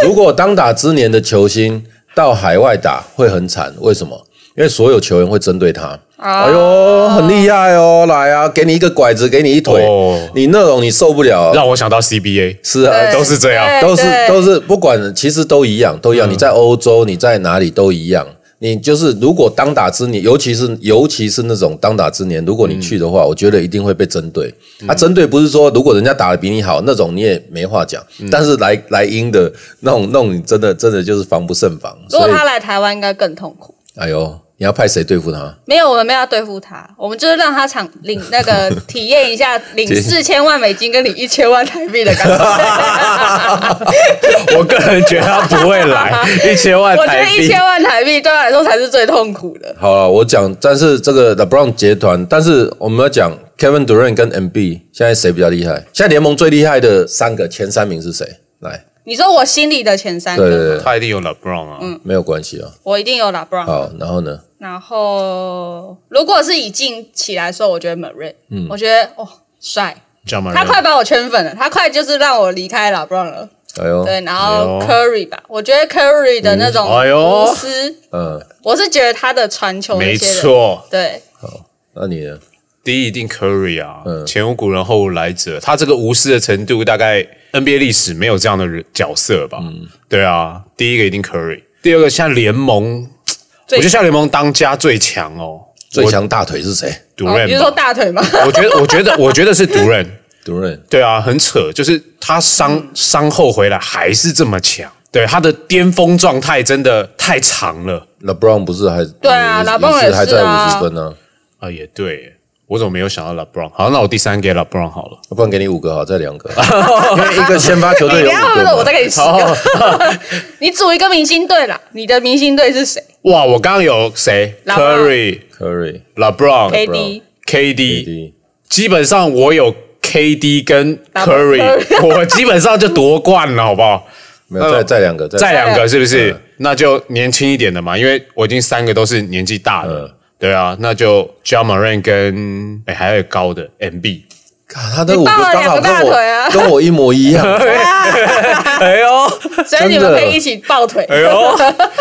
Speaker 3: 如果当打之年的球星到海外打会很惨，为什么？因为所有球员会针对
Speaker 1: 啊
Speaker 3: 他。
Speaker 2: 啊
Speaker 3: 哎呦，很厉害哦，来啊，给你一个拐子，给你一腿，
Speaker 1: 哦
Speaker 3: 你那种你受不了。
Speaker 1: 让我想到 CBA。
Speaker 3: 是啊，
Speaker 2: 对
Speaker 1: 都是这样
Speaker 2: 对
Speaker 3: 都是
Speaker 2: 对
Speaker 3: 都是，不管其实都一样，都一样。你在欧洲，你在哪里都一样。你就是如果当打之年，尤其是尤其是那种当打之年，如果你去的话，我觉得一定会被针对。啊，针对不是说如果人家打的比你好那种你也没话讲，但是来来阴的那种那种，你真的真的就是防不胜防。
Speaker 2: 如
Speaker 3: 所
Speaker 2: 果
Speaker 3: 以，
Speaker 2: 他来台湾，应该更痛苦。
Speaker 3: 哎呦，你要派谁对付他？
Speaker 2: 没有，我们没有要对付他，我们就是让他场领那 个体验一下领四千万美金跟领一千万台币的 感 觉。
Speaker 1: 我个人觉得他不会 来一千万
Speaker 2: 我觉
Speaker 1: 台
Speaker 2: 得一
Speaker 1: 币
Speaker 2: 千，万台币对他来说才是最痛苦的。
Speaker 3: 好了，我讲，但是这个 LeBron 集团，但是我们要讲 Kevin Durant 跟 MB，现在谁比较厉害？现在联盟最厉害的三个前三名是谁？来，
Speaker 2: 你说我心里的前三
Speaker 3: 对对
Speaker 2: 个，
Speaker 3: 对，
Speaker 1: 他一定有 LeBron
Speaker 2: 嗯
Speaker 1: 啊。
Speaker 3: 没有关系啊。
Speaker 2: 我一定有 LeBron。
Speaker 3: 好，然后呢？
Speaker 2: 然后，如果是以近期来说，我觉得 Murray，我
Speaker 3: 嗯
Speaker 2: 觉得哦帅，
Speaker 1: j a m
Speaker 2: 他快把我圈粉了，他快就是让我离开 LeBron 了。
Speaker 3: 哎呦，
Speaker 2: 对，然后
Speaker 1: 哎呦
Speaker 2: Curry 吧，我觉得 Curry 的那种
Speaker 1: 嗯哎呦
Speaker 2: 无私，
Speaker 3: 嗯，
Speaker 2: 我是觉得他的传球那
Speaker 1: 没
Speaker 2: 些的，
Speaker 1: 错，
Speaker 2: 对，
Speaker 3: 那你呢？
Speaker 1: 第一一定 Curry 啊，
Speaker 3: 嗯
Speaker 1: 前无古人后无来者，他这个无私的程度，大概 NBA 历史没有这样的人角色吧？
Speaker 2: 嗯
Speaker 1: 对啊，第一个一定 Curry，第二个像联盟，我
Speaker 2: 最
Speaker 1: 觉得像联盟当家最强哦，
Speaker 3: 最强大腿是谁
Speaker 1: 独
Speaker 2: 哦
Speaker 1: 任
Speaker 2: 比如说
Speaker 1: 吧，
Speaker 2: 大腿嘛，
Speaker 1: 我觉得，我觉得，我觉得是独任，
Speaker 3: ？Durant。
Speaker 1: 对啊，很扯，就是他伤伤后回来还是这么强，对他的巅峰状态真的太长了
Speaker 3: LeBron 不是还
Speaker 2: 对啊
Speaker 3: 也是
Speaker 2: LeBron
Speaker 3: 也是还在
Speaker 2: 也是
Speaker 3: 五
Speaker 2: 啊
Speaker 3: 十分呢、
Speaker 1: 啊，也对耶。我怎么没有想到 LeBron？好，那我第三给 LeBron 好了。
Speaker 3: 要不然给你五个好，再 两个，因为一个先发球
Speaker 2: 你
Speaker 3: 队
Speaker 2: 不
Speaker 3: 有
Speaker 2: 要
Speaker 3: 五个嘛
Speaker 2: 我再给你十个， 你组一个明星队啦，你的明星队 是谁
Speaker 1: 哇，我刚刚有谁
Speaker 2: LeBron
Speaker 1: ？Curry、
Speaker 3: Curry、
Speaker 1: LeBron、
Speaker 2: ？AD
Speaker 1: KD，
Speaker 3: KD，
Speaker 1: 基本上我有 KD 跟 Curry，我基本上就夺冠了，好不好？
Speaker 3: 没有再
Speaker 1: 呃
Speaker 3: 再两个，
Speaker 1: 再两个是不是
Speaker 3: 嗯？
Speaker 1: 那就年轻一点的嘛，因为我已经三个都是年纪大
Speaker 3: 嗯
Speaker 1: 的，对啊，那就 j a m a r a n 跟哎还有高的 MB，
Speaker 3: 看他那五个
Speaker 2: 你爆了
Speaker 3: 刚
Speaker 2: 两
Speaker 3: 好
Speaker 2: 个
Speaker 3: 跟
Speaker 2: 大
Speaker 3: 我、
Speaker 2: 腿啊
Speaker 3: 跟我一模 一样，
Speaker 1: 哎呦
Speaker 2: 所以你
Speaker 3: 真
Speaker 2: 们
Speaker 3: 的
Speaker 2: 可以一起抱腿。
Speaker 1: 哎呦，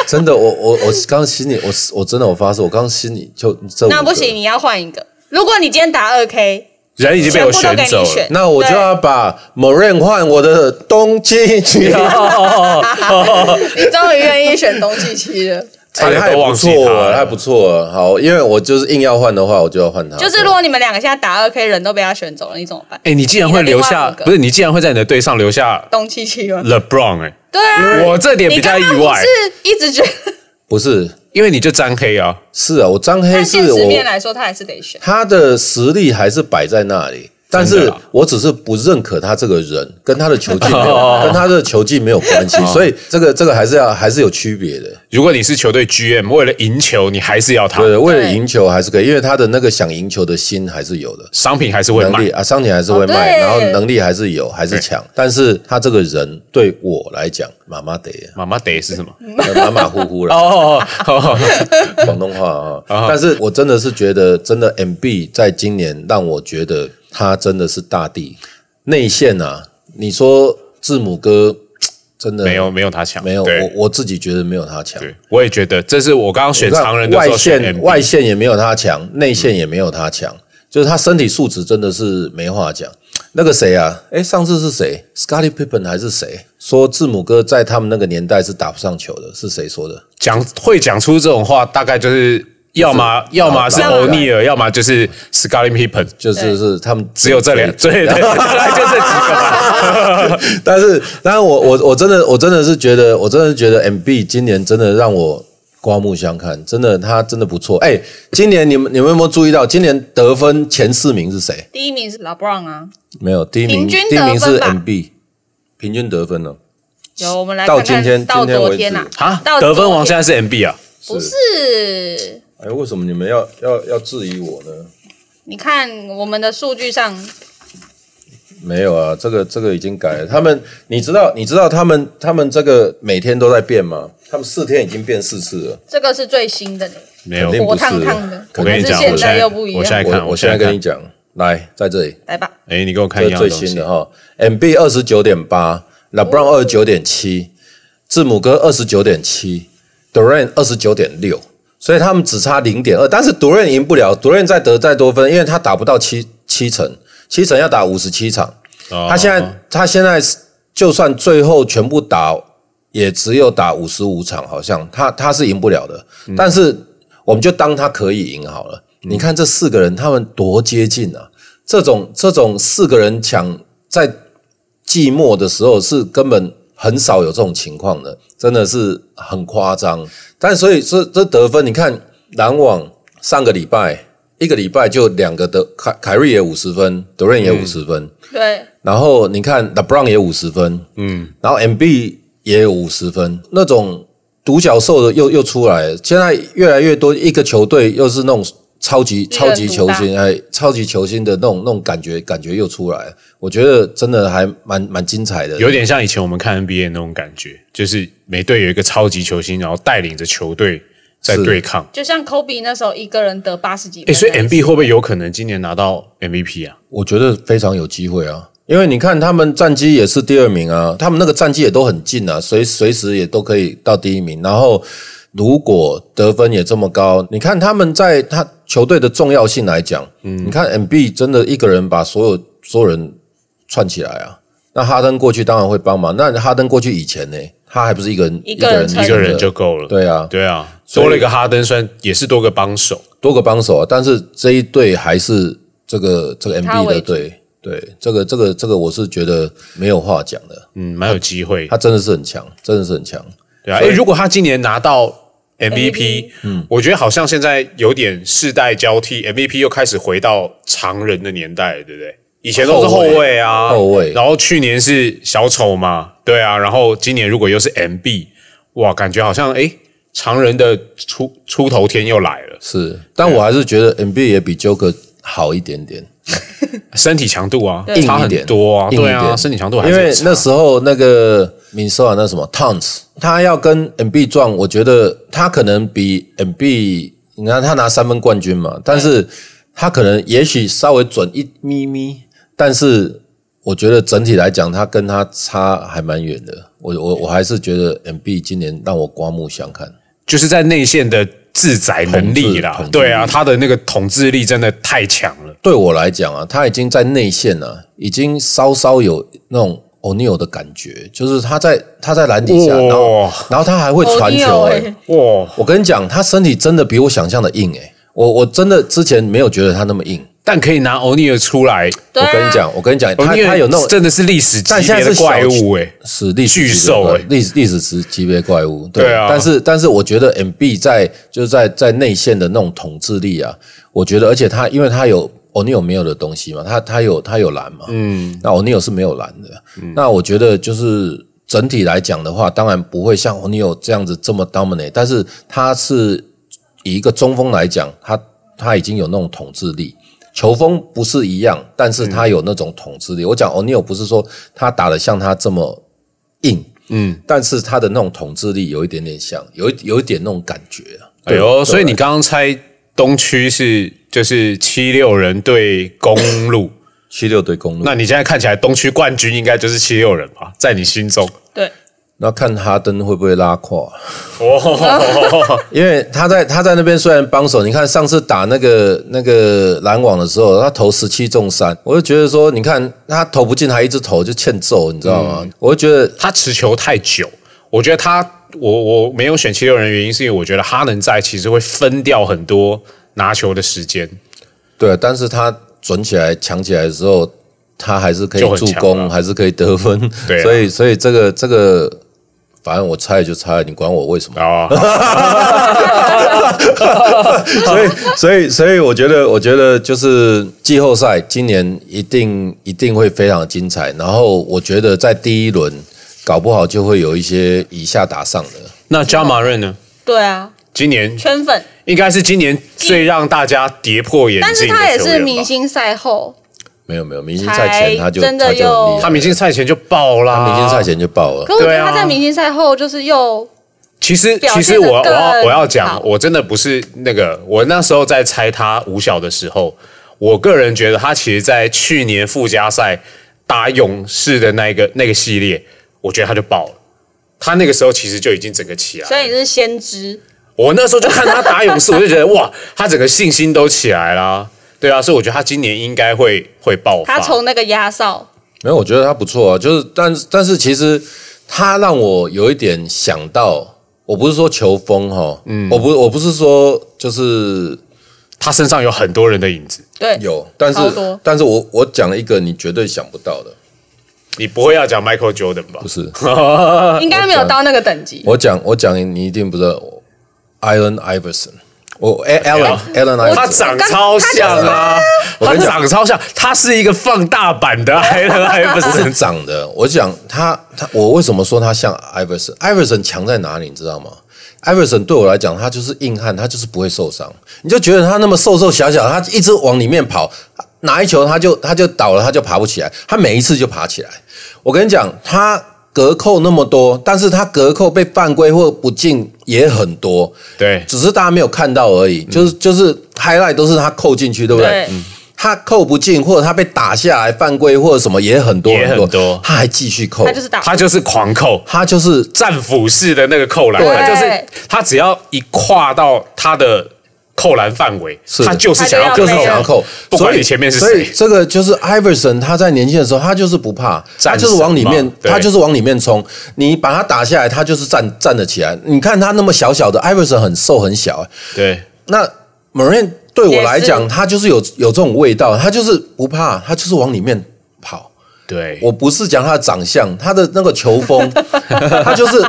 Speaker 3: 真的，我我我刚心里我我真的我发誓，我刚心里就这五个
Speaker 2: 那不行，，你要换一个。如果你今天打二 K，
Speaker 1: 人已经被我选
Speaker 2: 全部都给
Speaker 1: 走
Speaker 2: 你
Speaker 1: 了
Speaker 2: 选。
Speaker 3: 那我就要把 Moran 换我的东契奇，啊
Speaker 2: 你终于愿意选东契奇了。
Speaker 1: 差点
Speaker 3: 哎还
Speaker 1: 都
Speaker 3: 不
Speaker 1: 忘记
Speaker 3: 错
Speaker 1: 他
Speaker 3: 啊，
Speaker 1: 了
Speaker 3: 还不错啊，好，因为我就是硬要换的话，我就要换他，
Speaker 2: 就是如果你们两个现在打二 K，人都被他选走了，你怎么办？
Speaker 1: 哎，你竟然会留下，
Speaker 2: 你的另外五个
Speaker 1: 不是你竟然会在你的队上留下
Speaker 2: 东契奇吗？
Speaker 1: LeBron 哎，
Speaker 2: 对啊，
Speaker 1: 我这点比较
Speaker 2: 你刚刚
Speaker 1: 意外
Speaker 2: 不是一直觉得，
Speaker 3: 不是
Speaker 1: 因为你就沾黑啊，
Speaker 3: 是啊，我张黑
Speaker 2: 但现
Speaker 3: 是
Speaker 2: 实
Speaker 3: 我
Speaker 2: 面来说，他还是得选。
Speaker 3: 他的实力还是摆在那里，但
Speaker 1: 真
Speaker 3: 是
Speaker 1: 的啊
Speaker 3: 我只是不认可他这个人，跟他的球技没
Speaker 1: 哦
Speaker 3: 有，跟他的球技没有关系，所以这个这个还是要还是有区别的。
Speaker 1: 如果你是球队 GM，为了赢球，你还是要他，
Speaker 3: 对，为了赢球还是可以，因为他的那个想赢球的心还是有的，
Speaker 1: 商品还是会
Speaker 3: 能
Speaker 1: 卖
Speaker 3: 力。啊，商品还是会
Speaker 2: 哦
Speaker 3: 卖，
Speaker 2: 对
Speaker 3: 然后能力还是有，还是强，但是他这个人对我来讲，麻麻得。
Speaker 1: 妈妈得是什么？
Speaker 3: 马马虎虎了，
Speaker 1: 哦，哦
Speaker 3: 广东话啊。但是我真的是觉得，真的 MB 在今年让我觉得他真的是大地内线啊。你说字母哥真的
Speaker 1: 没有没有他强，
Speaker 3: 没有，
Speaker 1: 对
Speaker 3: 我我自己觉得没有他强。
Speaker 1: 对，我也觉得这是我刚刚选
Speaker 3: 你看
Speaker 1: 常人的时
Speaker 3: 外
Speaker 1: 候选
Speaker 3: 线
Speaker 1: MB
Speaker 3: 外线也没有他强，
Speaker 1: 嗯
Speaker 3: 内线也没有他强，就是他身体素质真的是没话讲。那个谁啊？哎，上次是谁？Scotty Pippen 还是谁说字母哥在他们那个年代是打不上球的？是谁说的？
Speaker 1: 讲会讲出这种话，大概就是要么要么是
Speaker 3: 老老
Speaker 1: 欧尼尔，要么就是 Scotty Pippen，
Speaker 3: 就是是他们
Speaker 1: 只有这两，对对，大概 就这几个吧。
Speaker 3: 但是，但是我我我真的我真的是觉得，我真的觉得 MB 今年真的让我刮目相看，真的他真的不错。哎，今年你们你们有没有注意到，今年得分前四名是谁？
Speaker 2: 第一名是 LeBron 啊，
Speaker 3: 没有，第一
Speaker 2: 平
Speaker 3: 名
Speaker 2: 均
Speaker 3: 第一名
Speaker 2: 得分
Speaker 3: 是
Speaker 2: 吧
Speaker 3: MB，平均得分哦。
Speaker 2: 有我们来
Speaker 3: 到
Speaker 2: 看看
Speaker 3: 今天
Speaker 2: 到
Speaker 3: 今天
Speaker 2: 昨
Speaker 3: 为止
Speaker 2: 天啊，
Speaker 1: 啊，
Speaker 2: 到
Speaker 1: 得分
Speaker 2: 昨
Speaker 1: 王现在
Speaker 2: 天
Speaker 1: 是 MB 啊，
Speaker 2: 不是，
Speaker 3: 哎，为什么你们要要要质疑我呢？
Speaker 2: 你看我们的数据上，
Speaker 3: 没有啊，这个这个已经改了。他们，你知道你知道他们他们这个每天都在变吗？他们四天已经变四次了。
Speaker 2: 这个是最新的嘞，
Speaker 1: 没有
Speaker 3: 肯。定
Speaker 2: 火烫烫的，
Speaker 1: 我跟你
Speaker 2: 可
Speaker 1: 讲，
Speaker 2: 是现
Speaker 1: 我现
Speaker 2: 在
Speaker 1: 在
Speaker 2: 又不一样。
Speaker 1: 我现在看，
Speaker 3: 我我现在跟你
Speaker 1: 看，
Speaker 3: 讲，来在这里。
Speaker 2: 来吧，
Speaker 1: 哎，你给我看一
Speaker 3: 这是
Speaker 1: 样
Speaker 3: 最
Speaker 1: 东
Speaker 3: 新
Speaker 1: 西
Speaker 3: 的哈，MB 二十九点八，LeBron 二十九点七，字母哥二十九点七，Durant 二十九点六，所以他们只差零点二，但是 Durant 赢不了，Durant 再得再多分，因为他打不到七七成，七成要打五十七场，
Speaker 1: 哦
Speaker 3: 他现在他现在是就算最后全部打也只有打五十五场，好像他他是赢不了的。但是我们就当他可以赢好了。你看这四个人，他们多接近啊！这种这种四个人抢，在季末的时候是根本很少有这种情况的，真的是很夸张。但所以这这得分，你看篮网上个礼拜一个礼拜就两个得凯凯瑞也五十分，德瑞也五十分。
Speaker 2: 对，
Speaker 3: 然后你看 LeBron 也五十分，嗯，然后 MB 也有五十分，那种独角兽的又又出来了，现在越来越多一个球队又是那种超级
Speaker 2: 力量
Speaker 3: 超级球
Speaker 2: 独
Speaker 3: 星，哎，超级球星的那种那种感觉感觉又出来了，我觉得真的还蛮蛮精彩的，
Speaker 1: 有点像以前我们看 NBA 那种感觉，就是每队有一个超级球星，然后带领着球队在
Speaker 3: 是
Speaker 1: 对抗。
Speaker 2: 就像 Kobe 那时候一个人得八十几
Speaker 1: 诶，
Speaker 2: 分，
Speaker 1: 所以 MB 会不会有可能今年拿到 MVP 啊？
Speaker 3: 我觉得非常有机会啊。因为你看，他们战绩也是第二名啊，他们那个战绩也都很近啊，随随时也都可以到第一名。然后，如果得分也这么高，你看他们在他球队的重要性来讲，嗯，你看 MB 真的一个人把所有所有人串起来啊。那哈登过去当然会帮忙，那哈登过去以前呢，他还不是一个人
Speaker 2: 一个人撑
Speaker 1: 一个人就够了。
Speaker 3: 对啊，
Speaker 1: 对啊，
Speaker 3: 所以
Speaker 1: 多了一个哈登，虽然也是多个帮手，
Speaker 3: 多个帮手啊，但是这一队还是这个这个
Speaker 2: 他
Speaker 3: MB
Speaker 2: 为
Speaker 3: 的
Speaker 2: 主
Speaker 3: 队，对这个这个这个我是觉得没有话讲的，
Speaker 1: 嗯，蛮有机会。
Speaker 3: 他真的是很强，真的是很强。
Speaker 1: 对啊，
Speaker 3: 所
Speaker 1: 诶，
Speaker 3: 以
Speaker 1: 如果他今年拿到 MVP，
Speaker 2: MVP
Speaker 1: 嗯，我觉得好像现在有点世代交替，MVP 又开始回到常人的年代了，对不对？以前都是后
Speaker 3: 后卫
Speaker 1: 卫啊，
Speaker 3: 后卫
Speaker 1: 然后去年是小丑嘛，对啊，然后今年如果又是 MB，哇，感觉好像诶，常人的出出头天又来了，
Speaker 3: 是，但
Speaker 2: 啊
Speaker 3: 我还是觉得 MB 也比 Joker 好一点点，
Speaker 1: 身体强度啊，
Speaker 3: 硬
Speaker 1: 差
Speaker 3: 一
Speaker 1: 很
Speaker 3: 点，
Speaker 1: 多啊，
Speaker 3: 硬一
Speaker 1: 对啊，
Speaker 3: 点
Speaker 1: 身体强度还
Speaker 3: 因
Speaker 1: 是
Speaker 3: 为
Speaker 1: 很差
Speaker 3: 那时候那个明斯啊，那什么 Towns，他要跟 MB 撞，我觉得他可能比 MB，你看他拿三分冠军嘛，但是他可能也许稍微准一咪咪，但是我觉得整体来讲，他跟他差还蛮远的。我我我还是觉得 MB 今年让我刮目相看。
Speaker 1: 就是在内线的制裁能力
Speaker 3: 统
Speaker 1: 啦
Speaker 3: 治，
Speaker 1: 对啊，他的那个统治力真的太强了。
Speaker 3: 对我来讲啊，他已经在内线了、已经稍稍有那种 O'Neal 的感觉，就是他在他在篮底下，
Speaker 1: 哇
Speaker 3: 然后然后他还会传球、
Speaker 2: O'Neal
Speaker 3: 欸。
Speaker 2: 欸
Speaker 1: 哇，
Speaker 3: 我跟你讲，他身体真的比我想象的硬诶、我我真的之前没有觉得他那么硬。
Speaker 1: 但可以拿欧尼尔出来，
Speaker 2: 对啊
Speaker 3: 我跟你讲，我跟你讲，
Speaker 1: 欧
Speaker 3: 哦他
Speaker 1: 尼尔
Speaker 3: 他有那种
Speaker 1: 真的是历史级
Speaker 3: 但现
Speaker 1: 别
Speaker 3: 在
Speaker 1: 的
Speaker 3: 是小
Speaker 1: 怪物哎、
Speaker 3: 是历史
Speaker 1: 巨
Speaker 3: 级别
Speaker 1: 兽
Speaker 3: 怪
Speaker 1: 欸
Speaker 3: 历历史级级别怪物，对
Speaker 1: 对啊
Speaker 3: 但是但是我觉得 M B 在就是在在内线的那种统治力啊，我觉得，而且他因为他有 O'Neal 没有的东西嘛，他他有他有篮嘛，嗯，那 O'Neal 是没有篮的，
Speaker 1: 嗯
Speaker 3: 那我觉得就是。整体来讲的话，当然不会像 O'Neal 这样子这么 dominate，但是他是以一个中锋来讲，他他已经有那种统治力。球风不是一样，但是他有那种统治力。我讲 O'Neal 不是说他打得像他这么硬，嗯，但是他的那种统治力有一点点像，有一有一点那种感觉啊。
Speaker 1: 哎呦，所以你刚刚猜东区是就是七六人对公路，
Speaker 3: 七六对公路，
Speaker 1: 那
Speaker 3: 那
Speaker 1: 你现在看起来东区冠军应该就是七六人吧，在你心 中，
Speaker 2: 对，
Speaker 3: 那看哈登会不会拉胯？啊
Speaker 1: 哦，
Speaker 3: 因为他在他在那边虽然帮手，你看上次打那个那个篮网的时候，他投十七中三，我就觉得说，你看他投不进还一直投，就欠揍，你知道吗？我就觉得
Speaker 1: 他持球太久，我觉得他我我没有选七六人的原因是因为我觉得哈能在其实会分掉很多拿球的时间，
Speaker 3: 对，但是他准起来、抢起来的时候，他还是可以
Speaker 1: 就很
Speaker 3: 助
Speaker 1: 强了
Speaker 3: 攻，还是可以得 分。
Speaker 1: 对啊
Speaker 3: 所以所以这个这个，反正我猜就猜，你管我为什么？
Speaker 1: 哦，
Speaker 3: 啊所以所以所以，我觉得我觉得就是季后赛今年一定一定会非常精彩。然后我觉得在第一轮，搞不好就会有一些以下打上的。
Speaker 1: 那加马润呢？
Speaker 2: 对啊，
Speaker 1: 今年
Speaker 2: 圈粉，
Speaker 1: 应该是今年最让大家跌破眼镜
Speaker 2: 但
Speaker 1: 的
Speaker 2: 是
Speaker 1: 球员吧。
Speaker 2: 他也是明星赛后，
Speaker 3: 没有没有，明星赛前他就
Speaker 2: 才真的
Speaker 3: 他就很厉
Speaker 2: 又
Speaker 3: 害
Speaker 1: 他明星赛前就爆啦，
Speaker 3: 他明星赛。前就爆了
Speaker 2: 可。我觉
Speaker 1: 对
Speaker 2: 得
Speaker 1: 啊
Speaker 2: 他在明星赛后就是又
Speaker 1: 其实，
Speaker 2: 表
Speaker 1: 其
Speaker 2: 现
Speaker 1: 实我
Speaker 2: 得更
Speaker 1: 我要我要
Speaker 2: 好
Speaker 1: 讲，我真的不是那个，我那时候在猜他五小的时候，我个人觉得他其实，在去年附加赛打勇士的那一个那个系列，我觉得他就爆了。他那个时候其实就已经整个起来
Speaker 2: 所
Speaker 1: 了，
Speaker 2: 以你是先知，
Speaker 1: 我那时候就看他打勇士，我就觉得哇， 他整个信心都起来啦。对啊，所以我觉得他今年应该会会爆发。
Speaker 2: 他从那个压哨，
Speaker 3: 没有，我觉得他不错啊，就是但但是其实他让我有一点想到，我不是说球风哈，嗯，我不我不是说就是
Speaker 1: 他身上有很多人的影子，
Speaker 2: 对，
Speaker 3: 有，但
Speaker 2: 超多
Speaker 3: 是但是我我讲了一个你绝对想不到的，
Speaker 1: 你不会要讲 Michael Jordan 吧
Speaker 3: 不？是
Speaker 1: 呃
Speaker 2: 应该没有到那个等级。
Speaker 3: 呃我讲我讲你一定不知道，Allen Iverson，我 Allen Allen
Speaker 1: 他
Speaker 3: Iverson，
Speaker 1: 长超像啊，
Speaker 3: 我
Speaker 1: 他
Speaker 3: 跟你讲
Speaker 1: 长超像，他是一个放大版的 艾伦艾弗
Speaker 3: 不是
Speaker 1: 森。
Speaker 3: 长的，我讲他他我为什么说他像 Iverson？Iverson 强在哪里，你知道吗？Iverson 对我来讲，他就是硬汉，他就是不会受伤。你就觉得他那么瘦瘦小小，他一直往里面跑，拿一球他就他就倒了，他就爬不起来，他每一次就爬起来。我跟你讲，他隔扣那么多，但是他隔扣被犯规或不进也很多，
Speaker 1: 对，嗯
Speaker 3: 只是大家没有看到而已。就是就是 highlight 都是他扣进去，对不对
Speaker 2: 对？，
Speaker 3: 他扣不进，或者他被打下来犯规，或者什么也很多
Speaker 1: 也很
Speaker 3: 很多，
Speaker 1: 多
Speaker 3: 他还继续扣，
Speaker 2: 他就是打，
Speaker 1: 他就是狂扣。
Speaker 3: 他就是
Speaker 1: 战斧式的那个扣篮，
Speaker 3: 对
Speaker 1: 他就是他只要一跨到他的扣篮范围，
Speaker 3: 是
Speaker 1: 他就是想要
Speaker 2: 他
Speaker 1: 扣
Speaker 2: 就
Speaker 3: 就是
Speaker 2: 要
Speaker 3: 想要扣，
Speaker 1: 不管
Speaker 3: 所以
Speaker 1: 你前面是
Speaker 3: 所以
Speaker 1: 谁
Speaker 3: 这个就是 Iverson，他在年轻的时候，他就是不怕，
Speaker 1: 战神
Speaker 3: 他就是往里面
Speaker 1: 嘛，对
Speaker 3: 他就是往里面冲。你把他打下来，他就是站站得起来。你看他那么小小的，Iverson 很瘦很小，
Speaker 1: 对，
Speaker 3: 那 Marine 对我来
Speaker 2: 也
Speaker 3: 讲，
Speaker 2: 是
Speaker 3: 他就是有有这种味道，他就是不怕，他就是往里面跑。
Speaker 1: 对，
Speaker 3: 我不是讲他的长相，他的那个球 风，他就是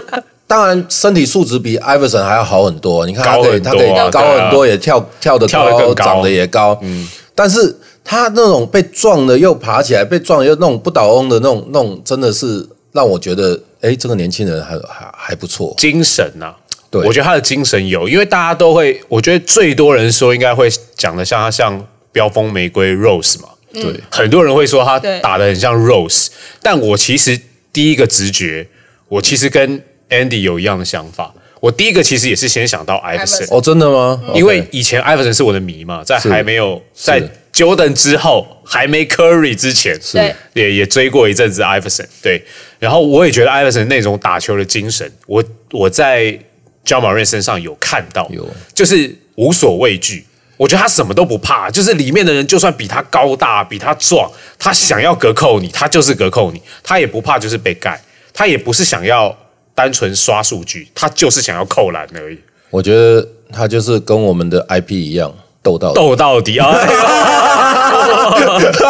Speaker 3: 当然身体素质比艾弗森还要好很多。你看他
Speaker 1: 高
Speaker 3: 可以，
Speaker 1: 很多
Speaker 3: 他可以
Speaker 1: 啊
Speaker 3: 高
Speaker 1: 对啊
Speaker 3: 很多，也跳跳得
Speaker 1: 跳得更高
Speaker 3: 高，长得也高。嗯，但是他那种被撞了又爬起来，被撞了又那种不倒翁的那种那种，真的是让我觉得，哎，这个年轻人还还还不错。
Speaker 1: 精神呐、
Speaker 3: 对
Speaker 1: 我觉得他的精神有，因为大家都会，我觉得最多人说应该会讲的像他像飙风玫瑰 Rose 嘛，
Speaker 3: 对，
Speaker 1: 很多人会说他
Speaker 2: 对
Speaker 1: 打的很像 Rose，但我其实第一个直觉，我其实跟 Andy 有一样的想法，我第一个其实也是先想到 Iverson，
Speaker 2: Iverson
Speaker 3: 哦，真的吗？
Speaker 1: 因为
Speaker 3: OK
Speaker 1: 以前艾弗森是我的迷嘛，在
Speaker 3: 是
Speaker 1: 还没有
Speaker 3: 是
Speaker 1: 在 Jordan 之后，还没 Curry 之前，
Speaker 2: 对
Speaker 1: 也也追过一阵子艾弗森。对，然后我也觉得艾弗森那种打球的精神，我我在 John m a r i n 身上有看到，
Speaker 3: 有
Speaker 1: 就是无所畏惧。我觉得他什么都不怕，就是里面的人就算比他高大、比他壮，他想要隔扣你，他就是隔扣你，他也不怕就是被盖，他也不是想要单纯刷数据，他就是想要扣篮而已。
Speaker 3: 我觉得他就是跟我们的 IP 一样，斗到底
Speaker 1: 斗到底啊！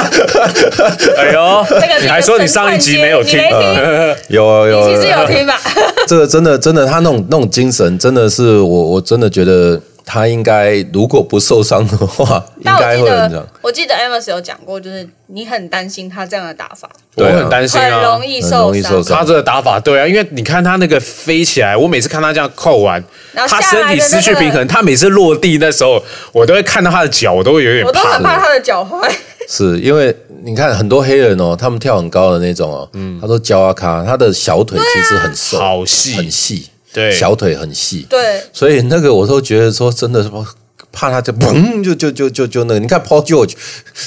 Speaker 1: 哎呦，
Speaker 2: 这个是一个
Speaker 1: 你还说你上一集没有听呃
Speaker 2: 神探街
Speaker 3: 有啊有
Speaker 2: 你
Speaker 3: 啊
Speaker 2: 没听，你
Speaker 3: 有
Speaker 2: 其实
Speaker 3: 啊
Speaker 2: 有听吧？
Speaker 3: 这个真的真的，他那种那种精神，真的是我我真的觉得他应该，如果不受伤的话，应
Speaker 2: 但我
Speaker 3: 该
Speaker 2: 记
Speaker 3: 会很这样
Speaker 2: 得，。我记得 Amos 有讲过，就是你很担心他这样的打法，
Speaker 1: 我
Speaker 3: 对啊
Speaker 1: 很担心
Speaker 2: 很
Speaker 1: 啊
Speaker 2: 容。易
Speaker 3: 很
Speaker 2: 受
Speaker 3: 容易受伤
Speaker 1: 他这个打法对啊，因为你看他那个飞起来，我每次看他这样扣完，
Speaker 2: 然后
Speaker 1: 他
Speaker 2: 下
Speaker 1: 身
Speaker 2: 来的
Speaker 1: 体失去
Speaker 2: 那个
Speaker 1: 平衡，他每次落地那时候，我都会看到他的脚，我都会有点
Speaker 2: 我都
Speaker 1: 怕
Speaker 2: 很。怕他的脚踝。
Speaker 3: 是因为你看很多黑人哦，他们跳很高的那种哦，他说脚啊卡，他的小腿其实很瘦，
Speaker 1: 好细
Speaker 3: 很细，
Speaker 1: 对
Speaker 3: 小腿很细，
Speaker 2: 对，
Speaker 3: 所以那个我都觉得说真的是怕他就嘣就就就就就那个，你看 Paul George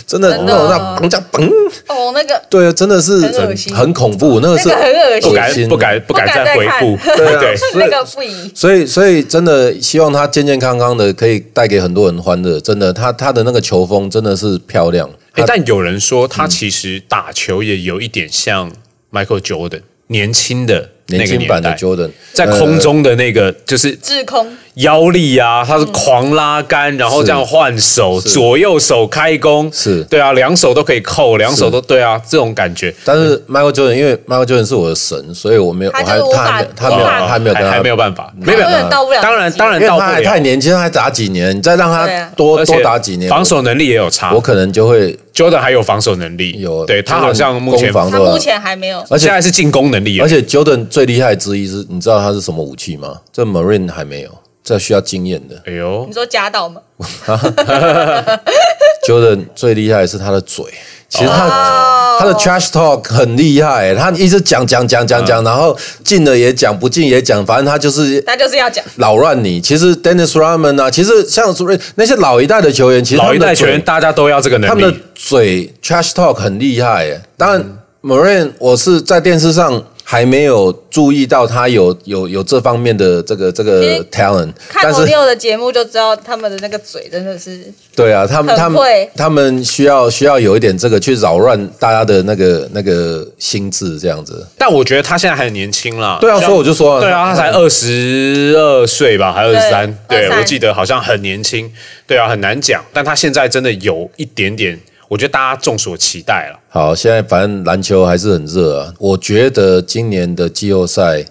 Speaker 3: 真的
Speaker 2: 真
Speaker 3: 那
Speaker 2: 的
Speaker 3: 种那嘣这样嘣，
Speaker 2: 哦，那个
Speaker 3: 对，真的是
Speaker 2: 很恶心
Speaker 3: 很恐怖，那个
Speaker 2: 那
Speaker 3: 是
Speaker 2: 个很恶
Speaker 1: 不
Speaker 2: 心，
Speaker 1: 敢不敢不敢
Speaker 2: 不敢
Speaker 1: 再
Speaker 2: 再
Speaker 1: 回
Speaker 2: 看
Speaker 1: 顾，
Speaker 3: 对啊
Speaker 1: 对，
Speaker 3: 所以
Speaker 2: 那个不宜。
Speaker 3: 所以，所以真的希望他健健康康的，可以带给很多人欢乐。真的，他他的那个球风真的是漂亮。
Speaker 1: 哎、
Speaker 3: 他
Speaker 1: 但有人说
Speaker 3: 嗯
Speaker 1: 他其实打球也有一点像 Michael Jordan 年轻的那个
Speaker 3: 年轻版的
Speaker 1: 年代
Speaker 3: Jordan 呃
Speaker 1: 在空中的那个就是
Speaker 2: 滞空，
Speaker 1: 腰力啊，他是狂拉杆，然后这样换手，
Speaker 3: 是
Speaker 1: 左右手开弓，
Speaker 3: 是
Speaker 1: 对啊，两手都可以扣，两手都对啊，这种感觉。
Speaker 3: 但是 Michael Jordan，因为 Michael Jordan 是我的神，所以我没有，我
Speaker 2: 他
Speaker 3: 还
Speaker 2: 就是无
Speaker 3: 他
Speaker 2: 法
Speaker 3: 还没
Speaker 2: 无法
Speaker 3: 他没有他没有跟
Speaker 1: 还
Speaker 3: 他
Speaker 1: 还没有办法，没有
Speaker 2: 永远到不了
Speaker 1: 当然
Speaker 2: 自己
Speaker 1: 当然
Speaker 3: 因为
Speaker 1: 到
Speaker 3: 他
Speaker 1: 不
Speaker 3: 还
Speaker 1: 了，
Speaker 3: 太年轻，他还打几年，你再让
Speaker 2: 对
Speaker 3: 他
Speaker 2: 啊
Speaker 3: 多
Speaker 1: 而且
Speaker 3: 多打几年，
Speaker 1: 防守啊能力也有差
Speaker 3: 我。可能就会
Speaker 1: Jordan 还有防守能力，
Speaker 3: 有
Speaker 1: 对他
Speaker 3: Jordan
Speaker 1: 好像目前
Speaker 3: 攻防
Speaker 2: 他
Speaker 3: 对啊
Speaker 2: 目前还没有。
Speaker 3: 而且
Speaker 1: 现在是进攻能力有，
Speaker 3: 而且 Jordan 最厉害之一是，你知道他是什么武器吗？这 Marine 还没有，这需要经验的。
Speaker 1: 哎 呦
Speaker 2: 你，说夹到吗？
Speaker 3: Jordan 最厉害的是他的嘴，其实他、
Speaker 2: 哦
Speaker 3: 他的 trash talk 很厉害，他一直讲讲讲讲
Speaker 1: 嗯
Speaker 3: 讲，然后进了也讲，不进也讲，反正他就是
Speaker 2: 他就是要讲，
Speaker 3: 扰乱你。其实 Dennis Rodman 啊，其实像是那些老一代的球员，其实他
Speaker 1: 老一
Speaker 3: 们的
Speaker 1: 代球员
Speaker 3: 嘴
Speaker 1: 大家都要这个
Speaker 3: 他
Speaker 1: 能
Speaker 3: 们的
Speaker 1: 力，
Speaker 3: 嘴 trash talk 很厉害耶。当然，Moran 我是在电视上。还没有注意到他有有有这方面的这个这
Speaker 2: 其
Speaker 3: 个
Speaker 2: 实
Speaker 3: talent，
Speaker 2: 看
Speaker 3: 但
Speaker 2: 我
Speaker 3: 是
Speaker 2: 六的节目就知道他们的那个嘴真的是
Speaker 3: 对啊，他们
Speaker 2: 很
Speaker 3: 他们
Speaker 2: 会
Speaker 3: 他们需要需要有一点这个去扰乱大家的那个那个心智这样子。
Speaker 1: 但我觉得他现在还很年轻啦。
Speaker 3: 对啊，
Speaker 1: 像
Speaker 3: 所以我就说，
Speaker 1: 对啊，他才二十二岁吧，还二十三。
Speaker 2: 对
Speaker 1: 对，
Speaker 2: 23
Speaker 1: 我记得好像很年轻。对啊，很难讲。但他现在真的有一点点，我觉得大家众所期待了。
Speaker 3: 好，现在反正篮球还是很热啊。我觉得今年的季后赛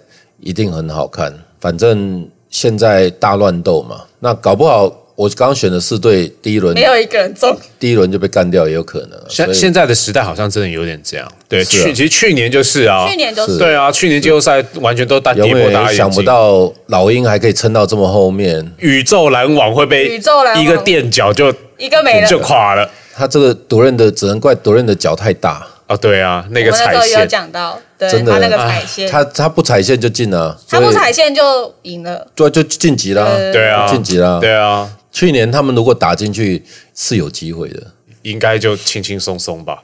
Speaker 3: 一定很好看。反正现在大乱斗嘛，那搞不好我刚选的四队第一轮
Speaker 2: 没有一个人中。
Speaker 3: 第一轮就被干掉也有可能啊。
Speaker 1: 现
Speaker 3: 所以
Speaker 1: 现在的时代好像真的有点这样。对，
Speaker 3: 是啊
Speaker 1: 去其实去年就是啊，
Speaker 2: 去年就是
Speaker 1: 对啊，去年季后赛完全都大跌
Speaker 3: 永
Speaker 1: 破大家
Speaker 3: 远
Speaker 1: 眼
Speaker 3: 想不
Speaker 1: 镜
Speaker 3: 到老鹰还可以撑到这么后面。
Speaker 1: 宇宙篮网会被
Speaker 2: 宇宙篮网
Speaker 1: 一个垫脚就
Speaker 2: 一个没了
Speaker 1: 就垮了。
Speaker 3: 他这个独任的只能怪独任的脚太大，
Speaker 1: 哦，对啊，那
Speaker 2: 我
Speaker 1: 个
Speaker 2: 们那时
Speaker 1: 踩
Speaker 2: 候也有
Speaker 1: 线，
Speaker 2: 讲到，对
Speaker 3: 真的
Speaker 2: 他那个踩线，
Speaker 3: 他他不踩线就进了，
Speaker 2: 他不
Speaker 3: 所以
Speaker 2: 踩线就赢了。
Speaker 3: 就就晋级啦。
Speaker 2: 呃
Speaker 1: 对啊，
Speaker 3: 晋级啦
Speaker 1: 对啊，
Speaker 3: 去年他们如果打进去是有机会的。
Speaker 1: 应该就轻轻松松吧。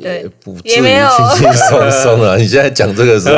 Speaker 2: 对
Speaker 3: 也不呃至于
Speaker 2: 也没有
Speaker 3: 轻 轻松松啊！你现在讲这个时候，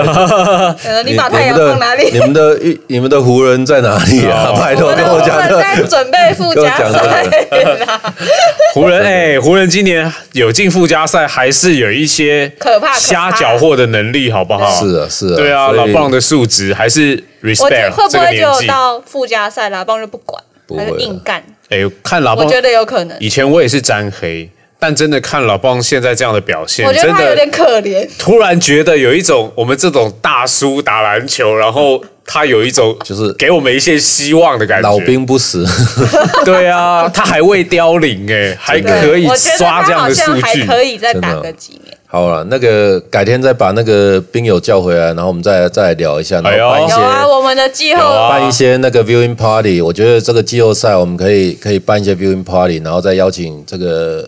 Speaker 2: 呃，你
Speaker 3: 你
Speaker 2: 把太阳
Speaker 3: 你们的
Speaker 2: 放哪里？
Speaker 3: 你们的你你们的湖人在哪里
Speaker 1: 哦
Speaker 3: 啊？ 拜托
Speaker 2: 我
Speaker 3: 跟
Speaker 2: 们
Speaker 3: 我
Speaker 2: 我
Speaker 3: 讲
Speaker 2: 们
Speaker 3: 的。
Speaker 2: 在准备附
Speaker 3: 跟我
Speaker 2: 加
Speaker 3: 讲
Speaker 2: 赛
Speaker 3: 的
Speaker 2: 啦，
Speaker 1: 湖人哎、湖人今年有进附加赛，还是有一些
Speaker 2: 可怕可怕
Speaker 1: 瞎搅和的能力，好不好？
Speaker 3: 是啊，是啊，
Speaker 1: 对啊，
Speaker 3: 所以
Speaker 1: 老棒的数值还是
Speaker 2: 我觉得
Speaker 1: respect
Speaker 2: 会
Speaker 1: 这
Speaker 2: 不
Speaker 1: 个
Speaker 2: 会
Speaker 1: 年
Speaker 2: 就
Speaker 1: 纪。
Speaker 2: 到附加赛啦？棒就不管，
Speaker 3: 不会啊
Speaker 2: 他就
Speaker 3: 啦
Speaker 2: 硬干。
Speaker 1: 哎、看老
Speaker 2: 我
Speaker 1: 棒，
Speaker 2: 觉得有可能，
Speaker 1: 以前我也是沾黑，但真的看老棒现在这样的表现，
Speaker 2: 我觉得
Speaker 1: 真
Speaker 2: 他有
Speaker 1: 的
Speaker 2: 点可怜。
Speaker 1: 突然觉得有一种我们这种大叔打篮球，然后他有一种
Speaker 3: 就是
Speaker 1: 给我们一些希望的感觉。
Speaker 3: 老兵不死，
Speaker 1: 对啊，他还未凋零哎、还
Speaker 2: 对
Speaker 1: 可以
Speaker 2: 我觉得
Speaker 1: 刷
Speaker 2: 他
Speaker 1: 这样
Speaker 2: 好
Speaker 1: 的
Speaker 2: 像
Speaker 1: 数
Speaker 2: 还
Speaker 1: 据。
Speaker 2: 可以再
Speaker 3: 真的
Speaker 2: 打个几年。
Speaker 3: 好了，那个改天再把那个兵友叫回来，然后我们再再来聊一下，然
Speaker 1: 哎呦
Speaker 3: 后办一
Speaker 2: 有啊，
Speaker 3: 些
Speaker 2: 我们的季后
Speaker 1: 有啊
Speaker 3: 办一些那个 viewing party。我觉得这个季后赛我们可以可以办一些 viewing party，然后再邀请这个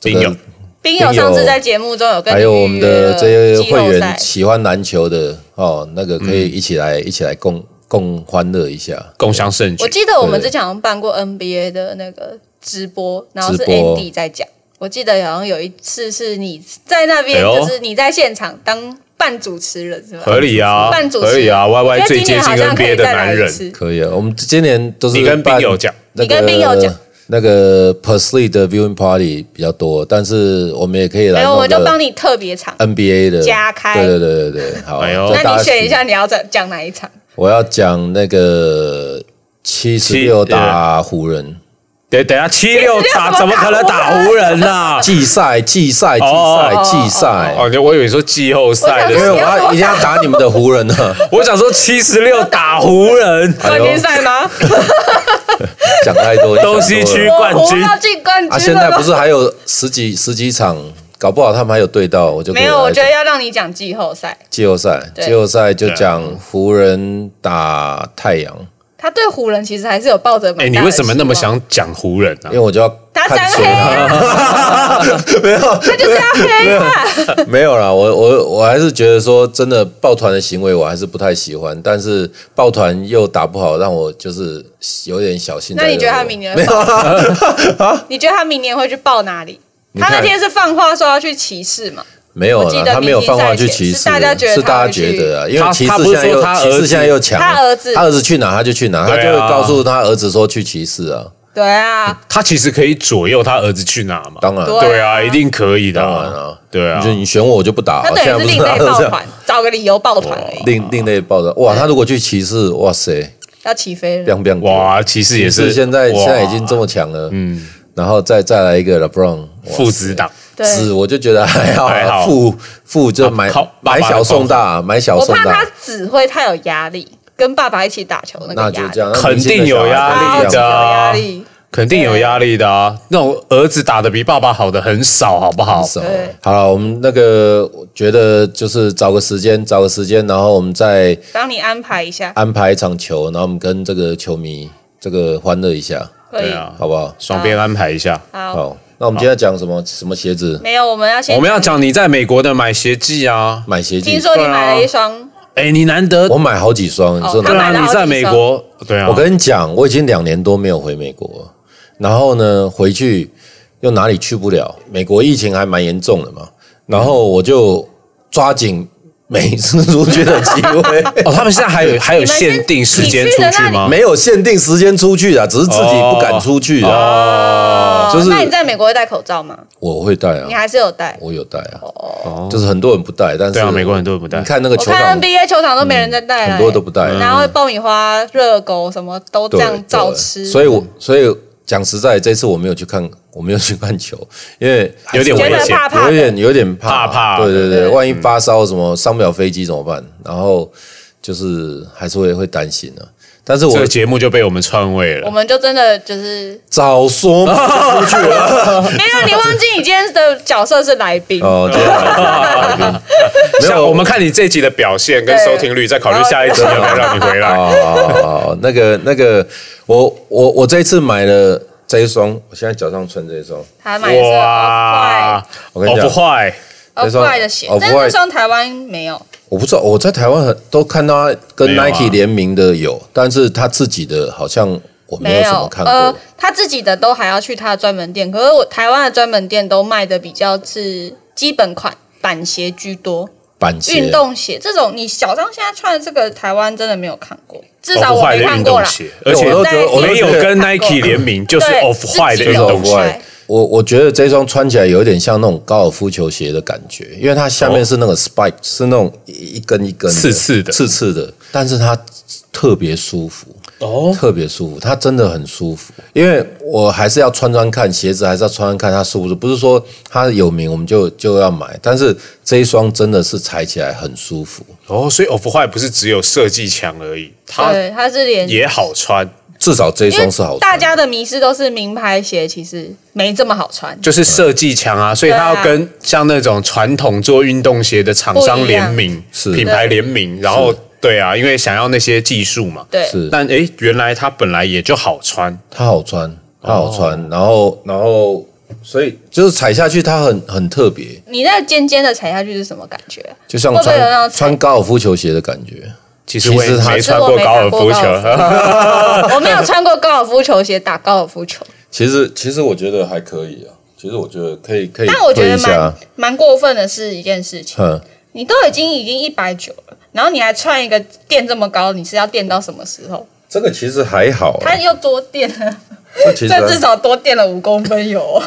Speaker 3: 这
Speaker 1: 兵友
Speaker 3: 个
Speaker 2: 冰友上次在节目中有跟你
Speaker 3: 啊还有我们的这些
Speaker 2: 预约了
Speaker 3: 会
Speaker 2: 季后
Speaker 3: 员
Speaker 2: 赛
Speaker 3: 喜欢篮球的哦，那个可以一起来、一起来共共欢乐一下。
Speaker 1: 共襄盛举
Speaker 2: 我，记得我们之前好像办过 NBA 的那个直播，然后是
Speaker 3: 直播
Speaker 2: Andy 在讲。我记得好像有一次是你在那边，
Speaker 1: 哎呦
Speaker 2: 就是你在现场当半主持人是吧？
Speaker 1: 合理啊，
Speaker 2: 办主持
Speaker 1: 合理啊
Speaker 2: 我觉
Speaker 1: ，YY
Speaker 2: 得
Speaker 1: 最
Speaker 2: 今
Speaker 1: 接
Speaker 2: 年
Speaker 1: 近
Speaker 2: 好像可
Speaker 1: NBA
Speaker 2: 以
Speaker 1: 的
Speaker 2: 再来
Speaker 1: 男
Speaker 2: 一
Speaker 1: 人，
Speaker 2: 次
Speaker 3: 可以啊，我们今年都是
Speaker 1: 你跟
Speaker 3: 办
Speaker 1: 兵友讲，
Speaker 3: 那
Speaker 2: 你跟兵友讲
Speaker 3: 个那个 Pursley 的 viewing party 比较多，但是我们也可以来
Speaker 2: 没有，我
Speaker 3: 弄
Speaker 2: 就帮
Speaker 3: 个
Speaker 2: 你特别场。
Speaker 3: NBA 的
Speaker 2: 加开
Speaker 3: 对对对对对，好，
Speaker 1: 哎呦
Speaker 3: 再大
Speaker 2: 那
Speaker 3: 家
Speaker 2: 你选一下你要讲讲哪一场？
Speaker 3: 我要讲那个七十
Speaker 1: 七
Speaker 3: 六打湖人
Speaker 1: 等等一下七 六打怎么可能打湖人啊呐？
Speaker 3: 季赛季赛季赛
Speaker 1: 哦
Speaker 3: 季 赛，
Speaker 1: 哦，你我以为说季后赛的
Speaker 3: 因
Speaker 2: 我
Speaker 1: 时
Speaker 3: 为
Speaker 1: 候，
Speaker 3: 我要一定要打你们的湖人啊。
Speaker 1: 我想说七十六打湖人，
Speaker 3: 哎呦
Speaker 2: 冠军赛 吗？
Speaker 3: 讲太多，
Speaker 1: 东西区
Speaker 2: 我
Speaker 1: 冠
Speaker 2: 我
Speaker 1: 军
Speaker 2: 要进冠
Speaker 3: 啊，
Speaker 2: 军
Speaker 3: 现在
Speaker 2: 了
Speaker 3: 不
Speaker 2: 吗？
Speaker 3: 是还有十几十几场，搞不好他们还有对到，我就可以
Speaker 2: 没有，我
Speaker 3: 来
Speaker 2: 觉得要让你讲季后赛。
Speaker 3: 季后赛，
Speaker 2: 对
Speaker 3: 季后赛就讲湖人打太阳，
Speaker 2: 他对湖人其实还是有抱着蛮大
Speaker 1: 哎，
Speaker 2: 的
Speaker 1: 你为什么那么
Speaker 2: 希望？
Speaker 1: 想讲湖人啊呢
Speaker 3: 因为？我就要
Speaker 2: 他
Speaker 3: 看
Speaker 2: 沾
Speaker 3: 球
Speaker 2: 黑啊，
Speaker 3: 没有
Speaker 2: 他就是要黑啊。
Speaker 3: 没有啦，我我我还是觉得说真的抱团的行为我还是不太喜欢，但是抱团又打不好，让我就是有点小心。
Speaker 2: 那你觉得他明年会
Speaker 3: 啊
Speaker 2: 报？ 你觉得他明年会去报哪里？他
Speaker 3: 看
Speaker 2: 那天是放话说要去骑士嘛？
Speaker 3: 没有
Speaker 2: 我记
Speaker 3: 啦，
Speaker 2: 得
Speaker 3: 他没有放话去骑
Speaker 2: 是
Speaker 3: 士，
Speaker 2: 大家觉得
Speaker 3: 是
Speaker 2: 他
Speaker 3: 大家
Speaker 2: 会
Speaker 3: 觉
Speaker 2: 去
Speaker 3: 得啊，因为
Speaker 1: 他
Speaker 3: 骑士
Speaker 1: 他不
Speaker 3: 现
Speaker 1: 是
Speaker 3: 在又
Speaker 1: 说他
Speaker 3: 骑
Speaker 1: 儿
Speaker 3: 士
Speaker 1: 子
Speaker 3: 现在又强了，啊
Speaker 2: 他儿子
Speaker 3: 他儿子去哪他就去哪，他
Speaker 1: 对
Speaker 3: 就
Speaker 1: 啊
Speaker 3: 会告诉他儿子说去骑士啊，
Speaker 2: 对啊，
Speaker 1: 他其实可以左右他儿子去哪嘛？
Speaker 3: 当然
Speaker 2: 对
Speaker 1: 对啊，一定可以的
Speaker 3: 当然啊
Speaker 1: 啊，对啊
Speaker 3: 就。你选我我就不打，
Speaker 2: 他等
Speaker 3: 现在
Speaker 2: 于
Speaker 3: 不
Speaker 2: 是
Speaker 3: 是
Speaker 2: 另类
Speaker 3: 这样
Speaker 2: 抱团，找个理由抱团而已，
Speaker 3: 另另类报道，哇！他如果去骑士，哇塞，
Speaker 2: 要起飞了。
Speaker 3: biang biang
Speaker 1: 哇，骑士也
Speaker 3: 也
Speaker 1: 是，
Speaker 3: 是现在
Speaker 1: 哇
Speaker 3: 现在已经这么强了，嗯，然后再再来一个 LeBron 哇
Speaker 1: 父子档，
Speaker 2: 对，
Speaker 3: 子，我就觉得还好啊，
Speaker 1: 还好
Speaker 3: 父父就
Speaker 1: 啊
Speaker 3: 买
Speaker 1: 靠爸爸
Speaker 3: 买
Speaker 1: 的
Speaker 3: 小
Speaker 1: 包
Speaker 3: 送
Speaker 1: 袱
Speaker 3: 大，买小
Speaker 2: 我
Speaker 3: 送
Speaker 2: 怕他
Speaker 3: 大，
Speaker 2: 只会太有压力，跟爸爸一起打球那
Speaker 3: 那
Speaker 2: 个
Speaker 3: 就
Speaker 2: 压
Speaker 3: 这
Speaker 2: 力，
Speaker 3: 样，
Speaker 1: 肯定有压
Speaker 2: 超
Speaker 1: 力
Speaker 2: 级
Speaker 1: 的
Speaker 2: 有
Speaker 1: 啊
Speaker 2: 压力。
Speaker 1: 肯定有压力的啊。那种儿子打的比爸爸好的很少，好不好？
Speaker 3: 少
Speaker 2: 对。
Speaker 3: 啊好了，我们那个我觉得就是找个时间，找个时间，然后我们再
Speaker 2: 帮你安排一下，
Speaker 3: 安排一场球，然后我们跟这个球迷这个欢乐一下，
Speaker 2: 可以
Speaker 1: 对。啊，
Speaker 3: 好不好？
Speaker 1: 双边安排一下。
Speaker 2: 好，
Speaker 3: 好，那我们今天讲什么什么鞋子？
Speaker 2: 没有，我们要先
Speaker 1: 我们要讲你在美国的买鞋记啊，
Speaker 3: 买鞋
Speaker 2: 听
Speaker 3: 子，
Speaker 2: 说你
Speaker 1: 对啊
Speaker 2: 买了一双，
Speaker 1: 哎，你难得
Speaker 3: 我买好几双，你说
Speaker 2: 他
Speaker 1: 对
Speaker 2: 买
Speaker 3: 哪
Speaker 1: 啊，
Speaker 2: 了好
Speaker 1: 你
Speaker 2: 几
Speaker 1: 在美国，对啊，
Speaker 3: 我跟你讲，我已经两年多没有回美国了，然后呢，回去又哪里去不了？美国疫情还蛮严重的嘛，然后我就抓紧每次出去的机会。
Speaker 1: 哦，他们现在还有还有
Speaker 2: 你们是
Speaker 1: 限定时间
Speaker 2: 你
Speaker 1: 出
Speaker 2: 去的
Speaker 1: 去
Speaker 2: 那里
Speaker 1: 吗？
Speaker 3: 没有限定时间出去啊，只是自己不敢出去啊。
Speaker 2: 哦
Speaker 3: 就是
Speaker 2: 那你在美国会戴口罩吗？
Speaker 3: 我会带
Speaker 2: 你
Speaker 3: 啊，
Speaker 2: 还是有戴？
Speaker 3: 我有带啊，就是很多人不带，但是
Speaker 1: 对啊，美国很多人不戴
Speaker 3: 你。看那个
Speaker 2: 我
Speaker 3: 球场
Speaker 2: 看 NBA 球场都没人在戴、欸，
Speaker 3: 很多都不带啊，
Speaker 2: 然后爆米花、热狗什么都这
Speaker 3: 对，
Speaker 2: 样照
Speaker 3: 对
Speaker 2: 吃，
Speaker 3: 所以我所以讲实在，这次我没有去看，我没有去看球， 因为
Speaker 1: 有点
Speaker 2: 觉
Speaker 1: 危
Speaker 2: 得
Speaker 1: 险
Speaker 2: 怕怕
Speaker 3: 有
Speaker 2: 的。
Speaker 3: 点有点怕
Speaker 1: 怕怕
Speaker 3: 对对对，
Speaker 2: 对
Speaker 3: 万一发烧什么上不了飞机怎么办？然后就是还是会会担心啊。但是我
Speaker 1: 这个节目就被我们篡位
Speaker 2: 我
Speaker 1: 了。
Speaker 2: 们就真的 就是，
Speaker 3: 早说嘛，
Speaker 2: 没有啊你忘记你今天的角色是来宾，
Speaker 3: 哦，对啊， 没
Speaker 1: 像
Speaker 3: 有
Speaker 1: 我们看你这集的表现跟
Speaker 2: 对哦
Speaker 1: 收听率，再考虑下一集要不要让你回 来。
Speaker 3: 哦，那个那个，我我我这一次买了这一双，我现在脚上穿这一双，
Speaker 2: 他买的是 off
Speaker 1: 哇，
Speaker 3: 我跟你讲
Speaker 1: 哦不坏，
Speaker 3: 这双
Speaker 2: white 的鞋，
Speaker 3: Off-White
Speaker 2: 但是那双台湾没有，
Speaker 3: 我不知道，我在台湾很都看到他跟
Speaker 1: 没有啊
Speaker 3: Nike 联名的有，但是他自己的好像我没有什么看过。
Speaker 2: 呃，他自己的都还要去他的专门店，可是我台湾的专门店都卖的比较是基本款板鞋居多，
Speaker 3: 板鞋
Speaker 2: 运动鞋这种你小张现在穿的这个台湾真的没有看过，至
Speaker 1: 哦
Speaker 2: 少
Speaker 1: 不
Speaker 2: 我
Speaker 1: 坏
Speaker 2: 没
Speaker 1: 的
Speaker 2: 看
Speaker 1: 运
Speaker 2: 过
Speaker 1: 动
Speaker 2: 啦。
Speaker 1: 鞋，而且
Speaker 3: 对我都觉得我都
Speaker 1: 没有
Speaker 3: 觉得
Speaker 1: 跟 Nike 联名，就是
Speaker 2: 对
Speaker 1: Off 坏的
Speaker 2: 自
Speaker 1: 运
Speaker 2: 己有
Speaker 1: 动
Speaker 2: 出
Speaker 1: 鞋。
Speaker 2: 来
Speaker 3: Off-White 我我觉得这双穿起来有点像那种高尔夫球鞋的感觉，因为它下面是那个 spike，、是那种一一根一根的
Speaker 1: 刺刺的
Speaker 3: 刺刺的，但是它特别舒服哦，特别舒服，它真的很舒服。因为我还是要穿穿看鞋子，还是要穿穿看它舒不舒服，不是说它有名我们就就要买，但是这一双真的是踩起来很舒服，
Speaker 1: 哦，所以 Off 坏不是只有设计强而已，它
Speaker 2: 对，它是连
Speaker 1: 也好穿，
Speaker 3: 至少这一
Speaker 2: 因为
Speaker 3: 双是好穿的。
Speaker 2: 大家的迷失都是名牌鞋，其实没这么好穿。
Speaker 1: 就是设计强啊，所以它要跟像那种传统做运动鞋的厂商联名，
Speaker 3: 是
Speaker 1: 品牌联名，然后对啊，因为想要那些技术嘛。
Speaker 2: 对，
Speaker 3: 是
Speaker 1: 但诶，原来它本来也就好穿，
Speaker 3: 它好穿，它好穿，然后然后所以就是踩下去它很很特别，
Speaker 2: 你那个尖尖的踩下去是什么感觉啊？
Speaker 3: 就像
Speaker 2: 会不会有那
Speaker 3: 穿
Speaker 2: 种踩
Speaker 3: 穿高尔夫球鞋的感觉。
Speaker 1: 其实我也
Speaker 3: 其实它
Speaker 1: 没穿过高尔夫球，
Speaker 2: 我没有穿过高尔夫球鞋打高尔夫球，
Speaker 3: 其实其实我觉得还可以啊，其实我觉得可以可以
Speaker 2: 但我觉
Speaker 3: 推
Speaker 2: 得
Speaker 3: 一下
Speaker 2: 蛮，蛮过分的是一件事情，
Speaker 3: 嗯，
Speaker 2: 你都已经已经一百九了，然后你还穿一个垫这么高，你是要垫到什么时候？
Speaker 3: 这个其实还好啊，
Speaker 2: 它又多垫了，
Speaker 3: 这其实
Speaker 2: 这至
Speaker 3: 还
Speaker 2: 少多垫了五公分有哦。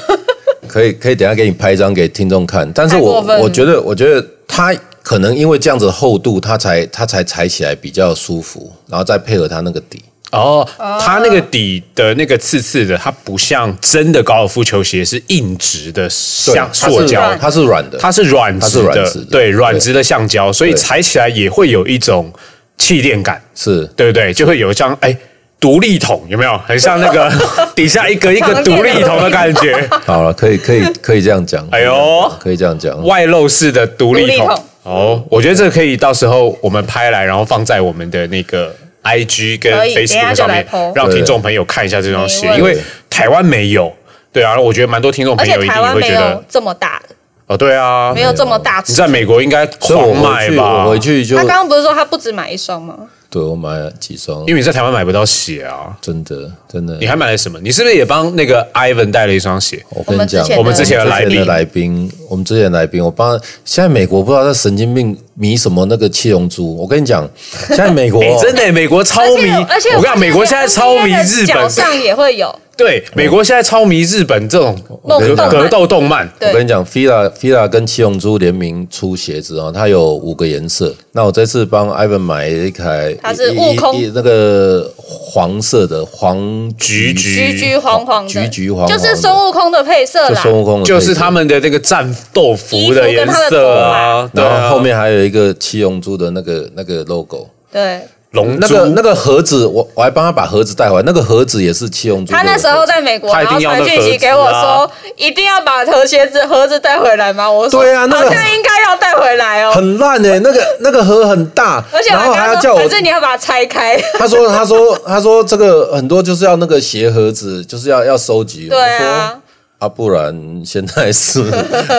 Speaker 3: 可以可以等一下给你拍一张给听众看，但是
Speaker 2: 太
Speaker 3: 我
Speaker 2: 过分了
Speaker 3: 我觉得我觉得它可能因为这样子的厚度，它才它才踩起来比较舒服，然后再配合它那个底，
Speaker 1: 哦，它那个底的那个刺刺的，它不像真的高尔夫球鞋是硬直的，像
Speaker 3: 它
Speaker 1: 塑
Speaker 3: 是
Speaker 1: 胶，
Speaker 3: 它是软的，
Speaker 1: 它是软
Speaker 3: 它
Speaker 1: 质
Speaker 3: 是软
Speaker 1: 的，
Speaker 3: 质的
Speaker 1: 对，
Speaker 3: 对
Speaker 1: 软质的橡胶，所以
Speaker 3: 对
Speaker 1: 踩起来也会有一种气垫感，
Speaker 3: 是
Speaker 1: 对不对？就会有一张哎。独立桶有没有很像那 个底下一格一格独立桶的感觉？
Speaker 3: 好了，可以可以可以这样讲，
Speaker 1: 哎呦
Speaker 3: 可以这样讲，
Speaker 1: 外露式的独立
Speaker 2: 独
Speaker 1: 桶
Speaker 2: 立桶
Speaker 1: 哦，我觉得这个可以到时候我们拍来，然后放在我们的那个 I G 跟
Speaker 2: 可以等一下
Speaker 1: Facebook
Speaker 2: 就
Speaker 1: 上
Speaker 2: 来
Speaker 1: 面
Speaker 2: po，
Speaker 1: 让听众朋友看一下这双鞋
Speaker 2: 没，问题
Speaker 1: 因为台湾没有。对啊，我觉得蛮多听众
Speaker 2: 而
Speaker 1: 朋
Speaker 2: 且
Speaker 1: 友一
Speaker 2: 台
Speaker 1: 定
Speaker 2: 湾
Speaker 1: 会
Speaker 2: 没
Speaker 1: 觉
Speaker 2: 有
Speaker 1: 得
Speaker 2: 这么大的，
Speaker 1: 哦，对啊
Speaker 2: 没，有这么大尺
Speaker 1: 你在美国应该
Speaker 3: 所以我
Speaker 1: 狂
Speaker 3: 回
Speaker 1: 买
Speaker 3: 去
Speaker 1: 吧？
Speaker 3: 我回去就
Speaker 2: 他刚刚不是说他不止买一双吗？
Speaker 3: 对我买了几双，
Speaker 1: 因为你在台湾买不到鞋啊。
Speaker 3: 真的真的
Speaker 1: 你，还买了什么？你是不是也帮那个 Ivan 带了一双鞋？
Speaker 3: 我跟你讲，
Speaker 2: 我们之前
Speaker 1: 的
Speaker 3: 我们
Speaker 1: 我们之
Speaker 3: 之前的
Speaker 1: 前的
Speaker 3: 来
Speaker 1: 来
Speaker 3: 宾，我们之前的来宾，我帮现在美国不知道他神经病迷什么那个七龙珠，我跟 你讲，现在美国
Speaker 1: 哎、真的、美国超迷，
Speaker 2: 而且
Speaker 1: 我跟你讲，美国现在超迷日
Speaker 2: 脚
Speaker 1: 本，
Speaker 2: 上也会有
Speaker 1: 对，美国现在超迷日本这种
Speaker 3: 我跟你
Speaker 2: 梦动
Speaker 3: 讲
Speaker 1: 格
Speaker 2: 漫，
Speaker 1: 斗动漫。
Speaker 3: 我跟
Speaker 2: 对
Speaker 3: 你讲，fila fila 跟七龙珠联名出鞋子哦，它有五个颜色。那我这次帮 Ivan 买了一台，
Speaker 2: 它是
Speaker 3: 一
Speaker 2: 悟空
Speaker 3: 一一那个黄色的黄
Speaker 1: 橘橘
Speaker 2: 橘橘黄黄的，
Speaker 3: 橘橘黄黄的
Speaker 2: 就是孙悟空的配色
Speaker 3: 就
Speaker 2: 啦。
Speaker 3: 孙悟空的配色，
Speaker 1: 就是他们的那个战斗服的颜色啊，对
Speaker 3: 然
Speaker 1: 啊
Speaker 3: 后后面还有一个七龙珠的那个那个 logo。
Speaker 2: 对
Speaker 1: 龙
Speaker 3: 那
Speaker 1: 珠
Speaker 3: 个那个盒子，我我还帮他把盒子带回来。那个盒子也是七龙珠的
Speaker 2: 他
Speaker 3: 盒子。
Speaker 2: 那时候在美国，
Speaker 1: 他一
Speaker 2: 然后
Speaker 1: 定要
Speaker 2: 传讯息给我说，一定要把和鞋子盒子带回来吗？我说
Speaker 3: 对啊那个
Speaker 2: 好像应该要带回来哦。
Speaker 3: 很烂哎、那个那个盒很大，
Speaker 2: 而且我
Speaker 3: 然后
Speaker 2: 还
Speaker 3: 还
Speaker 2: 跟
Speaker 3: 要
Speaker 2: 他
Speaker 3: 叫
Speaker 2: 说，
Speaker 3: 我
Speaker 2: 可，是你要把它拆开。
Speaker 3: 他说他说他说这个很多就是要那个鞋盒子，就是要要收 集。
Speaker 2: 对
Speaker 3: 我说
Speaker 2: 啊，
Speaker 3: 啊，不然现在 是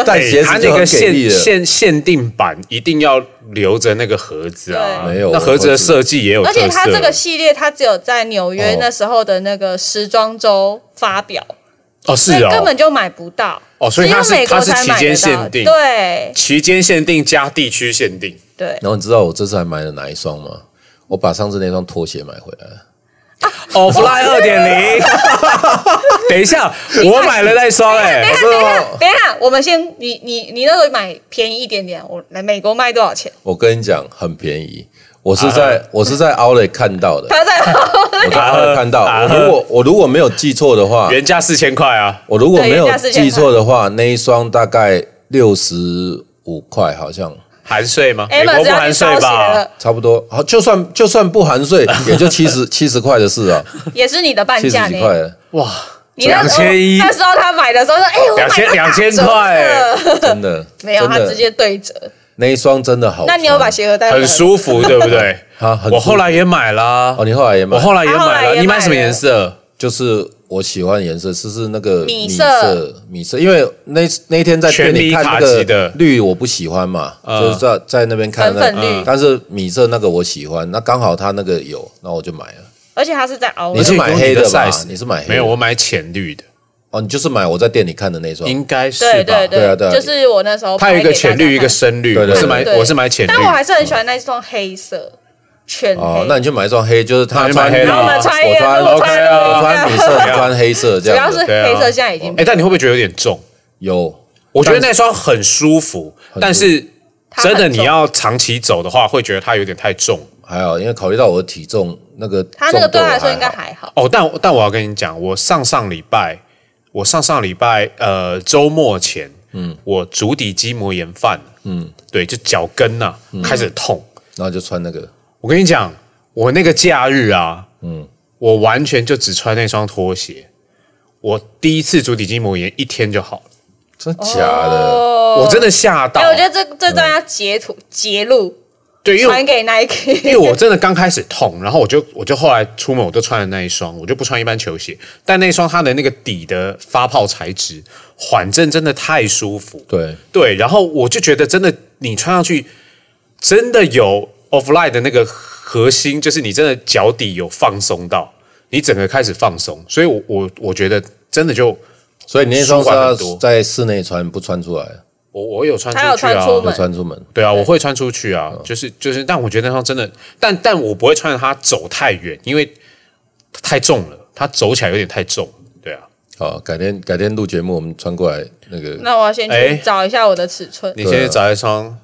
Speaker 3: 带
Speaker 1: 哎
Speaker 3: 鞋子
Speaker 1: 它
Speaker 3: 就
Speaker 1: 那
Speaker 3: 很
Speaker 1: 个
Speaker 3: 给力
Speaker 1: 限
Speaker 3: 了。
Speaker 1: 限限定版一定要留着那个盒子啊，
Speaker 2: 对
Speaker 3: 没有
Speaker 1: 那盒子的设计也有特
Speaker 2: 而
Speaker 1: 色，
Speaker 2: 且它这个系列，它只有在纽约
Speaker 3: 哦
Speaker 2: 那时候的那个时装周发表，
Speaker 1: 哦是
Speaker 2: 所以
Speaker 1: 哦，
Speaker 2: 根本就买不到。
Speaker 1: 哦所以
Speaker 2: 只有
Speaker 1: 它是
Speaker 2: 美国
Speaker 1: 它是
Speaker 2: 才
Speaker 1: 期
Speaker 2: 买
Speaker 1: 间
Speaker 2: 得到
Speaker 1: 限定
Speaker 2: 对，
Speaker 1: 期间限定加地区限定，
Speaker 2: 对，
Speaker 3: 然后你知道我这次还买了哪一双吗？我把上次那双拖鞋买回 来了。
Speaker 1: Offline 哦二点零， 等一下，我买了那双哎、
Speaker 2: 等一下，
Speaker 3: 真
Speaker 2: 等一
Speaker 3: 的吗
Speaker 2: 下，等一下，我们先，你你你那时候买便宜一点点，我来美国卖多少钱？
Speaker 3: 我跟你讲，很便宜。我是在、我是在 Outlet 看到的，
Speaker 2: 他在
Speaker 3: 我在 Outlet 看到。我如果我如果没有记错的话，
Speaker 1: 原价四千块啊，
Speaker 3: 我如果没有
Speaker 2: 对原价4000
Speaker 3: 记错的话，那一双大概六十五块，好像
Speaker 1: 含税吗？美
Speaker 2: Emma
Speaker 1: 国
Speaker 2: 只
Speaker 1: 不
Speaker 2: 要
Speaker 1: 含
Speaker 2: 你
Speaker 1: 税
Speaker 2: 烧鞋
Speaker 1: 吧？
Speaker 2: 了，
Speaker 3: 差不多。好，就算就算不含 税，也就七十七十块的 事啊，
Speaker 2: 也是你的半
Speaker 3: 七十
Speaker 2: 价
Speaker 3: 几
Speaker 2: 呢。
Speaker 3: 块了，
Speaker 1: 哇，
Speaker 2: 你那时候
Speaker 1: 2100
Speaker 2: 那时候他买的时候说，哎、我买
Speaker 1: 两千两千块，哦
Speaker 3: 真的。
Speaker 2: 没有，
Speaker 3: 真
Speaker 2: 他
Speaker 3: 的
Speaker 2: 直接对折。
Speaker 3: 那一双真的好穿。
Speaker 2: 那你有把鞋盒带回来
Speaker 1: 很
Speaker 2: 吗？
Speaker 1: 舒服，对不对？
Speaker 3: 啊很舒服
Speaker 1: 我后来也买啦
Speaker 3: 哦？，你后来也买？
Speaker 1: 我后来也
Speaker 2: 啊他后来
Speaker 1: 买
Speaker 2: 也买
Speaker 1: 了。
Speaker 2: 了
Speaker 1: 你买什么颜色？
Speaker 3: 就是我喜欢的颜色，是是那个
Speaker 2: 米
Speaker 3: 米
Speaker 2: 色
Speaker 3: 色，米色，因为那那一天在店里
Speaker 1: 全米
Speaker 3: 看
Speaker 1: 卡
Speaker 3: 那
Speaker 1: 其的啊
Speaker 3: 个绿我不喜欢嘛，就是在在那边看那
Speaker 2: 粉粉绿
Speaker 3: 但是米色那个我喜欢，那刚好他那个有，那我就买了。
Speaker 2: 而且他是在熬
Speaker 3: 你是
Speaker 2: 的。
Speaker 3: 买黑
Speaker 1: 的
Speaker 3: 吧
Speaker 1: size？？
Speaker 3: 你是买黑的
Speaker 1: 没有，我买浅绿的，
Speaker 3: 哦，你就是买我在店里看的那双。
Speaker 1: 应该是
Speaker 2: 对
Speaker 1: 吧
Speaker 2: 对？
Speaker 3: 对啊对啊
Speaker 2: 就是我那时候
Speaker 1: 它有一个
Speaker 2: 拍给大家
Speaker 1: 浅绿，一个
Speaker 2: 看
Speaker 1: 深绿。
Speaker 3: 对对
Speaker 1: 我
Speaker 3: 对
Speaker 1: 是买
Speaker 2: 对
Speaker 1: 我是买浅绿
Speaker 2: 但，我还是很喜欢那一双黑色，全黑。
Speaker 3: 哦，那你就买一双黑，就是
Speaker 1: 那
Speaker 3: 他
Speaker 1: 你买
Speaker 3: 穿
Speaker 1: 黑的
Speaker 2: 然后我
Speaker 1: 啊
Speaker 2: 们穿一
Speaker 3: 我
Speaker 2: 个，
Speaker 3: 穿
Speaker 2: 我
Speaker 1: OK
Speaker 2: 穿一
Speaker 1: 啊
Speaker 2: 个
Speaker 3: 我穿米色，你穿黑色
Speaker 2: 主
Speaker 3: 这
Speaker 2: 要
Speaker 3: 样
Speaker 2: 是
Speaker 3: 子。
Speaker 1: 对啊
Speaker 2: 黑色现在已经
Speaker 1: 哎，但你会不会觉得有点重？
Speaker 3: 有，
Speaker 1: 我觉得那双很舒服，但是
Speaker 2: 它很
Speaker 1: 真的
Speaker 2: 重
Speaker 1: 你要长期走的话，会觉得它有点太重。
Speaker 3: 还好，因为考虑到我的体重，那个
Speaker 2: 他那个
Speaker 3: 重
Speaker 2: 对
Speaker 3: 我
Speaker 2: 他来说应该
Speaker 3: 好。
Speaker 2: 还好。
Speaker 1: 哦，但但我要跟你讲，我上上礼拜，我上上礼拜呃周末前，嗯，我足底筋膜炎犯，嗯，对，就脚跟呐、开始痛。
Speaker 3: 然后就穿那个，
Speaker 1: 我跟你讲，我那个假日啊，嗯，我完全就只穿那双拖鞋。我第一次足底筋膜炎一天就好了，
Speaker 3: 真的假的？
Speaker 2: 哦
Speaker 1: 我真的吓到
Speaker 2: 哎、。我觉得这这段要截图截录
Speaker 1: 对，嗯因为
Speaker 2: 传给 Nike，
Speaker 1: 因为我真的刚开始痛，然后我就我就后来出门我就穿了那一双，我就不穿一般球鞋，但那一双它的那个底的发泡材质缓震真的太舒服，
Speaker 3: 对，
Speaker 1: 对，然后我就觉得真的你穿上去真的有 offline 的那个核心，就是你真的脚底有放松到，你整个开始放松，所以我我我觉得真的就
Speaker 3: 所以你那双是要
Speaker 1: 舒缓很多
Speaker 3: 在室内穿，不穿出来，
Speaker 1: 我我有穿出
Speaker 2: 他有
Speaker 1: 去
Speaker 2: 穿
Speaker 1: 啊，
Speaker 2: 出门
Speaker 3: 不穿出门。
Speaker 1: 对啊，我会穿出去啊，就是就是，但我觉得那双真的，但但我不会穿着它走太远，因为太重了，它走起来有点太重。对啊，
Speaker 3: 好，哦改天改天录节目，我们穿过来那个。
Speaker 2: 那我要先
Speaker 1: 哎
Speaker 2: 去找一下我的尺寸。
Speaker 1: 你先去找一双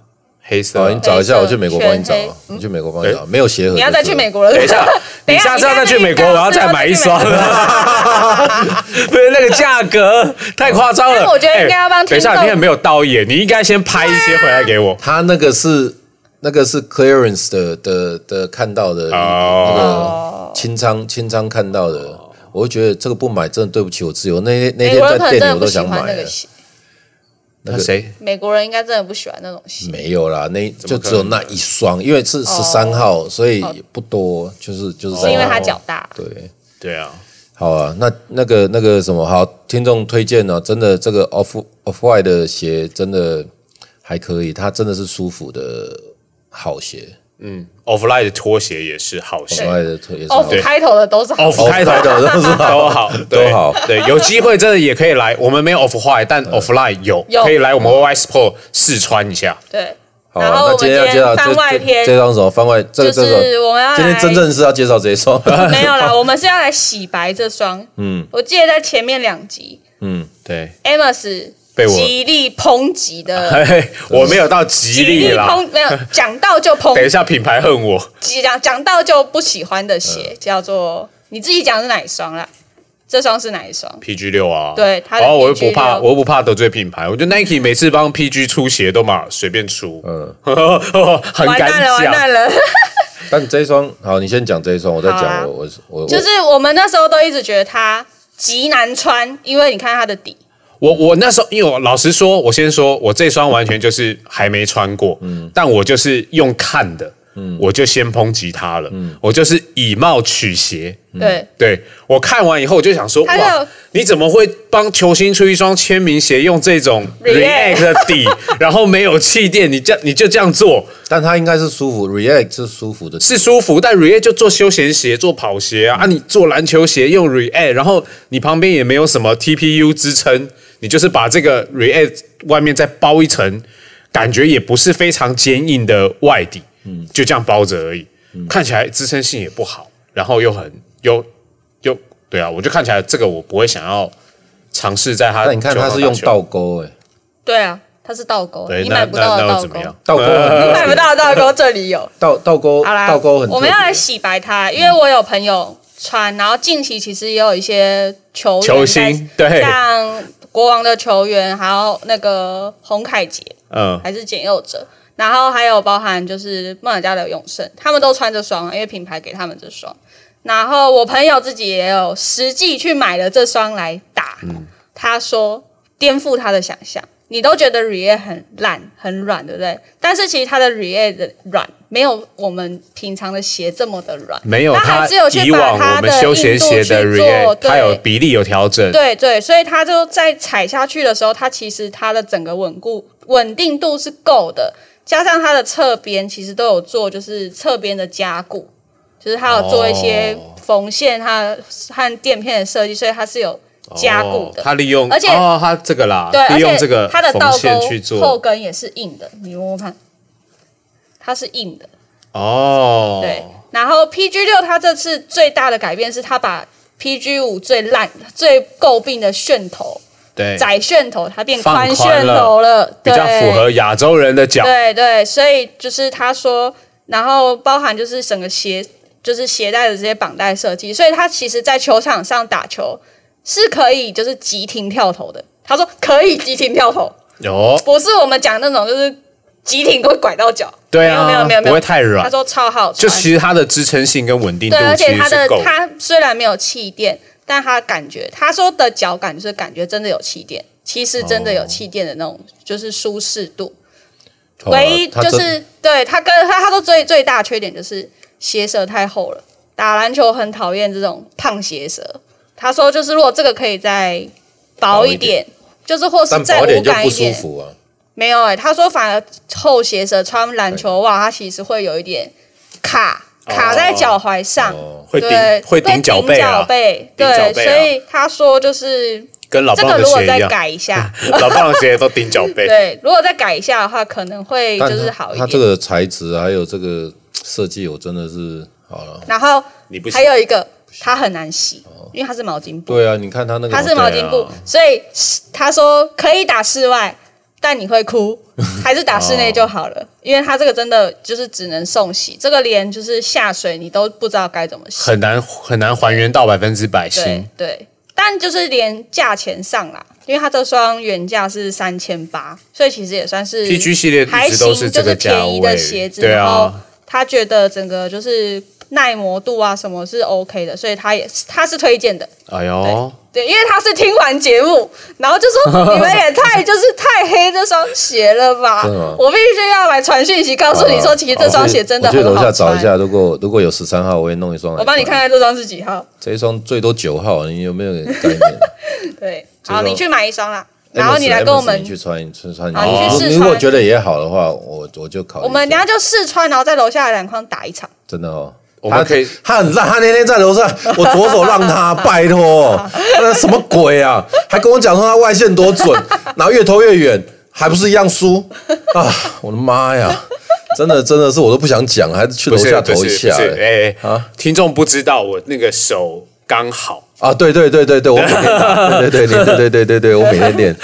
Speaker 1: 黑色
Speaker 2: 哦
Speaker 3: 好，
Speaker 1: 的。
Speaker 3: 哦你找一下，
Speaker 2: 黑色
Speaker 3: 我去美国帮你找
Speaker 2: 全黑，
Speaker 3: 你去美国帮
Speaker 1: 哎
Speaker 3: 你找，没有鞋
Speaker 2: 嗯
Speaker 3: 盒。
Speaker 2: 你要再去美
Speaker 3: 国，
Speaker 2: 国了，，
Speaker 1: 等一下
Speaker 2: 等
Speaker 1: 你
Speaker 2: 一
Speaker 1: 下次要再去美国，
Speaker 2: 你
Speaker 1: 我
Speaker 2: 下
Speaker 1: 要
Speaker 2: 次
Speaker 1: 再买一双。 对，那个价格太夸张了。
Speaker 2: 但我觉得应该要帮
Speaker 1: 哎等一
Speaker 2: 听
Speaker 1: 下，
Speaker 2: 众
Speaker 1: 你很没有道义，你应该先拍一些回来给我。
Speaker 3: 他那个是那个是 clearance 的的的看到的那
Speaker 1: 哦
Speaker 3: 个清仓清仓看到的，我就觉得这个不买真的对不起我自由。那天那
Speaker 2: 美
Speaker 3: 天
Speaker 2: 国人可能
Speaker 3: 在
Speaker 2: 真
Speaker 3: 店里
Speaker 2: 的
Speaker 3: 我
Speaker 2: 不
Speaker 3: 都
Speaker 2: 喜
Speaker 3: 想
Speaker 2: 欢
Speaker 3: 买
Speaker 2: 那个
Speaker 3: 了，
Speaker 2: 鞋，
Speaker 1: 那谁？
Speaker 2: 美国人应该真的不喜欢那种鞋。
Speaker 3: 没有啦，那就
Speaker 1: 可能
Speaker 3: 只有那一双，因为是十三号，所以也不多，就是就是在
Speaker 2: 哦是因为
Speaker 3: 那
Speaker 2: 他
Speaker 1: 哦
Speaker 2: 脚大，
Speaker 3: 对。
Speaker 1: 对啊，
Speaker 3: 好啊，那那个那个什么，好，听众推荐呢、真的这个 off off white 的鞋真的还可以，它真的是舒服的好鞋。
Speaker 1: ，offline 的拖鞋也是好鞋
Speaker 3: off。white 的特也是
Speaker 2: 哦
Speaker 3: 好，
Speaker 2: 开头的都是好
Speaker 1: off 开头
Speaker 3: 开头
Speaker 1: 的
Speaker 3: 都是好
Speaker 1: 都好对
Speaker 3: 都好
Speaker 1: 对，有机会真的也可以来，我们没有 off white，但 offline 有，
Speaker 2: 有
Speaker 1: 可以来我们 YY Sport 试穿一下。
Speaker 2: 对。
Speaker 3: 好
Speaker 2: 然
Speaker 3: 啊，
Speaker 2: 后我们
Speaker 3: 那今天要介绍
Speaker 2: 番外
Speaker 3: 这这
Speaker 2: 篇
Speaker 3: 这双什么番外？这个
Speaker 2: 就
Speaker 3: 这
Speaker 2: 是
Speaker 3: 个
Speaker 2: 我们要
Speaker 3: 今天
Speaker 2: 来
Speaker 3: 真正是要介绍这一双，
Speaker 2: 没有啦，我们是要来洗白这双。嗯，我记得在前面两集
Speaker 1: 对，
Speaker 2: ，Amos
Speaker 1: 被我
Speaker 2: 极力抨击的，
Speaker 1: 嘿我没有到极力啦。
Speaker 2: 抨 没有讲到就
Speaker 1: 等一
Speaker 2: 抨，
Speaker 1: 下，品牌恨我，
Speaker 2: 讲讲到就不喜欢的鞋叫做你自己讲是哪一双啦？这双是哪一双？
Speaker 1: PG 六啊，
Speaker 2: 对它的
Speaker 1: 然后我又
Speaker 2: PG
Speaker 1: 不怕，
Speaker 2: 六
Speaker 1: 我又不怕得罪品牌，我觉得 Nike 每次帮 PG 出鞋都嘛随便出，嗯， 很
Speaker 2: 完
Speaker 1: 敢
Speaker 2: 蛋了，完
Speaker 1: 讲，
Speaker 2: 蛋了！
Speaker 3: 但这一双好，你先讲这一双，我再
Speaker 2: 好啊
Speaker 3: 讲我我我
Speaker 2: 就是我们那时候都一直觉得它极难穿，因为你看它的底，
Speaker 1: 我我那时候，因为我老实说，我先说，我这双完全就是还没穿过，但我就是用看的，我就先抨击它了，我就是以貌取邪，
Speaker 2: 对，
Speaker 1: 对我看完以后我就想说，
Speaker 2: 它就
Speaker 1: 哇，你怎么会帮球星出一双签名鞋，用这种
Speaker 2: React
Speaker 1: React 的底， 然后没有气垫，你这样你就这样做
Speaker 3: 但它应该是舒服，React 是舒服的，
Speaker 1: 是舒服，但 React 就做休闲鞋，做跑鞋啊，啊你做篮球鞋用 React，然后你旁边也没有什么 TPU 支撑，你就是把这个 React 外面再包一层感觉也不是非常坚硬的外底，嗯，就这样包着而已，看起来支撑性也不好，然后又很又又对啊，我就看起来这个我不会想要尝试在它。
Speaker 3: 那你看它是用倒钩，哎，
Speaker 2: 对啊，它是倒钩，
Speaker 1: 对，
Speaker 2: 你
Speaker 1: 那
Speaker 2: 买不
Speaker 1: 那
Speaker 2: 到的
Speaker 1: 那又
Speaker 2: 倒
Speaker 1: 怎
Speaker 2: 钩，
Speaker 1: 么样？
Speaker 3: 倒钩很
Speaker 2: 你买不到的倒钩这里有。
Speaker 3: 倒倒钩
Speaker 2: 好啦，
Speaker 3: 倒钩很特别。
Speaker 2: 我们要来洗白它，因为我有朋友穿，然后近期其实也有一些球员
Speaker 1: 球星
Speaker 2: 在
Speaker 1: 对
Speaker 2: 像国王的球员，还有那个洪凯杰
Speaker 1: 嗯，
Speaker 2: 还是简佑哲，然后还有包含就是梦想家的永胜，他们都穿这双，因为品牌给他们这双。然后我朋友自己也有实际去买了这双来打，
Speaker 1: 嗯
Speaker 2: 他说颠覆他的想象。你都觉得 Re 很烂很软，对不对？但是其实它的 Re 的软没有我们平常的鞋这么的软，
Speaker 1: 没有，
Speaker 2: 它还是有去
Speaker 1: 以往
Speaker 2: 把
Speaker 1: 我
Speaker 2: 它
Speaker 1: 们
Speaker 2: 的
Speaker 1: 休闲
Speaker 2: 硬度
Speaker 1: 鞋
Speaker 2: 去
Speaker 1: 的
Speaker 2: 做
Speaker 1: React，它有
Speaker 2: 对
Speaker 1: 比例有调整，
Speaker 2: 对对，所以它就在踩下去的时候，它其实它的整个稳固稳定度是够的，加上它的侧边其实都有做，就是侧边的加固，就是它有做一些
Speaker 1: 哦
Speaker 2: 缝线它和垫片的设计，所以它是有加固的。
Speaker 1: 哦它利用，
Speaker 2: 而且
Speaker 1: 哦，它这个啦，
Speaker 2: 对，而
Speaker 1: 利用
Speaker 2: 且
Speaker 1: 这个
Speaker 2: 它的
Speaker 1: 缝
Speaker 2: 倒
Speaker 1: 线
Speaker 2: 钩
Speaker 1: 去
Speaker 2: 后
Speaker 1: 做，
Speaker 2: 跟也是硬的，你摸摸看，它是硬的。
Speaker 1: 哦，
Speaker 2: 对，然后 PG 六它这次最大的改变是它把 PG 五最烂、最诟病的楦头
Speaker 1: 对，
Speaker 2: 窄楦头，它变
Speaker 1: 放
Speaker 2: 宽
Speaker 1: 宽
Speaker 2: 楦头了，
Speaker 1: 比
Speaker 2: 对
Speaker 1: 较符合亚洲人的脚，
Speaker 2: 对对，所以就是他说，然后包含就是整个鞋，就是鞋带的这些绑带设计，所以他其实在球场上打球是可以就是急停跳投的。他说可以急停跳投，
Speaker 1: 有，
Speaker 2: 不是我们讲那种就是急停会拐到脚。
Speaker 1: 对啊，
Speaker 2: 没有没有没有没有
Speaker 1: 不会太软
Speaker 2: 他，说超好穿，
Speaker 1: 就其实它的支撑性跟稳定度
Speaker 2: 对，而
Speaker 1: 其
Speaker 2: 且
Speaker 1: 实
Speaker 2: 他
Speaker 1: 是
Speaker 2: 的
Speaker 1: 够，
Speaker 2: 他虽然没有气垫，但他感觉他说的脚感就是感觉真的有气垫，其实真的有气垫的那种，就是舒适度。
Speaker 3: 哦
Speaker 2: 唯一
Speaker 3: 它
Speaker 2: 就
Speaker 3: 真
Speaker 2: 是对他跟他他说最最大缺点就是鞋舌太厚了，打篮球很讨厌这种胖鞋舌。他说就是如果这个可以再薄一
Speaker 3: 薄一点
Speaker 2: 点，就是或是
Speaker 3: 但
Speaker 2: 再
Speaker 3: 薄
Speaker 2: 无
Speaker 3: 点就
Speaker 2: 感
Speaker 3: 不
Speaker 2: 一
Speaker 3: 舒
Speaker 2: 点，
Speaker 3: 服啊。
Speaker 2: 没有哎、他说反而厚鞋舌穿篮球袜，它其实会有一点卡卡在脚踝上。
Speaker 3: 哦，
Speaker 1: 会顶
Speaker 2: 对，
Speaker 1: 会顶脚背啊
Speaker 2: 脚，背
Speaker 1: 顶脚
Speaker 2: 对，
Speaker 1: 背啊
Speaker 2: 所以他说就是
Speaker 1: 跟老
Speaker 2: 这
Speaker 1: 棒
Speaker 2: 个
Speaker 1: 的啊
Speaker 2: 如果
Speaker 1: 鞋
Speaker 2: 再
Speaker 1: 一样，
Speaker 2: 改 一下，
Speaker 1: 老棒的鞋都顶脚背，
Speaker 2: 对，如果再改一下的话，可能会就
Speaker 3: 但
Speaker 2: 是
Speaker 3: 它
Speaker 2: 好
Speaker 3: 它
Speaker 2: 一
Speaker 3: 这
Speaker 2: 点。
Speaker 3: 个材质还有这个设计，我真的是好了。
Speaker 2: 然后
Speaker 1: 你不
Speaker 2: 还
Speaker 1: 行，
Speaker 2: 有一个，它很难洗，
Speaker 3: 哦
Speaker 2: 因为它是毛巾布，
Speaker 3: 对啊，你看它那个
Speaker 2: 它是毛巾布，
Speaker 1: 啊
Speaker 2: 所以他说可以打室外，但你会哭，还是打室
Speaker 1: 哦
Speaker 2: 内就好了，因为它这个真的就是只能送洗，这个连就是下水你都不知道该怎么洗。
Speaker 1: 很难很难还原到百分之百
Speaker 2: 对
Speaker 1: 新，
Speaker 2: 对，但就是连价钱上啦，因为它这双原价是三千八，所以其实也算是
Speaker 1: PG 系列
Speaker 2: 还
Speaker 1: 一直
Speaker 2: 行，
Speaker 1: 都
Speaker 2: 就是
Speaker 1: 这个价
Speaker 2: 便宜的
Speaker 1: 位
Speaker 2: 鞋，子。
Speaker 1: 对
Speaker 2: 然后
Speaker 1: 啊，
Speaker 2: 他觉得整个就是耐磨度啊什么是 OK 的，所以他也他是推荐的。
Speaker 1: 哎呦，
Speaker 2: 对，因为他是听完节目，然后就说你们也太就是太黑这双鞋了吧
Speaker 3: 真的吗？哦
Speaker 2: 我必须要来传讯息告诉你说，其实这双鞋真的
Speaker 3: 我去
Speaker 2: 很
Speaker 3: 楼下
Speaker 2: 好
Speaker 3: 找一
Speaker 2: 穿。
Speaker 3: 下，如果如果有十三号，我也弄一双来。
Speaker 2: 我帮你看，看这双是几号。
Speaker 3: 这一双最多九号，你有没有概念？
Speaker 2: 对，
Speaker 3: 这
Speaker 2: 好，
Speaker 3: 双
Speaker 2: 你去买一双啦， 然后
Speaker 3: Amos-
Speaker 2: 你来跟我
Speaker 3: Amos
Speaker 2: 们
Speaker 3: 你去穿一穿穿。
Speaker 2: 好你
Speaker 1: 去
Speaker 3: 如
Speaker 2: 试
Speaker 3: 如
Speaker 2: 穿
Speaker 3: 果觉得也好的话，我我就考虑一
Speaker 2: 我
Speaker 3: 下。
Speaker 2: 们等一下就试穿，然后在楼下的篮筐打 一场。
Speaker 3: 真的哦。
Speaker 1: 我们
Speaker 3: 他
Speaker 1: 可以
Speaker 3: 他很烂，他那天在楼 上，我左手让他，拜托，那什么鬼啊？还跟我讲说他外线多 准，然后越投越远，还不是一样输啊！我的妈呀，真的真的是我都不想讲，还是去楼
Speaker 1: 不是
Speaker 3: 下
Speaker 1: 不
Speaker 3: 投一
Speaker 1: 是
Speaker 3: 下、
Speaker 1: 不是
Speaker 3: 欸
Speaker 1: 哎
Speaker 3: 啊
Speaker 1: 听众不知道我那个手刚好。
Speaker 3: 啊！对对对对对，我每天打，对对对对对对对对，我每 天练。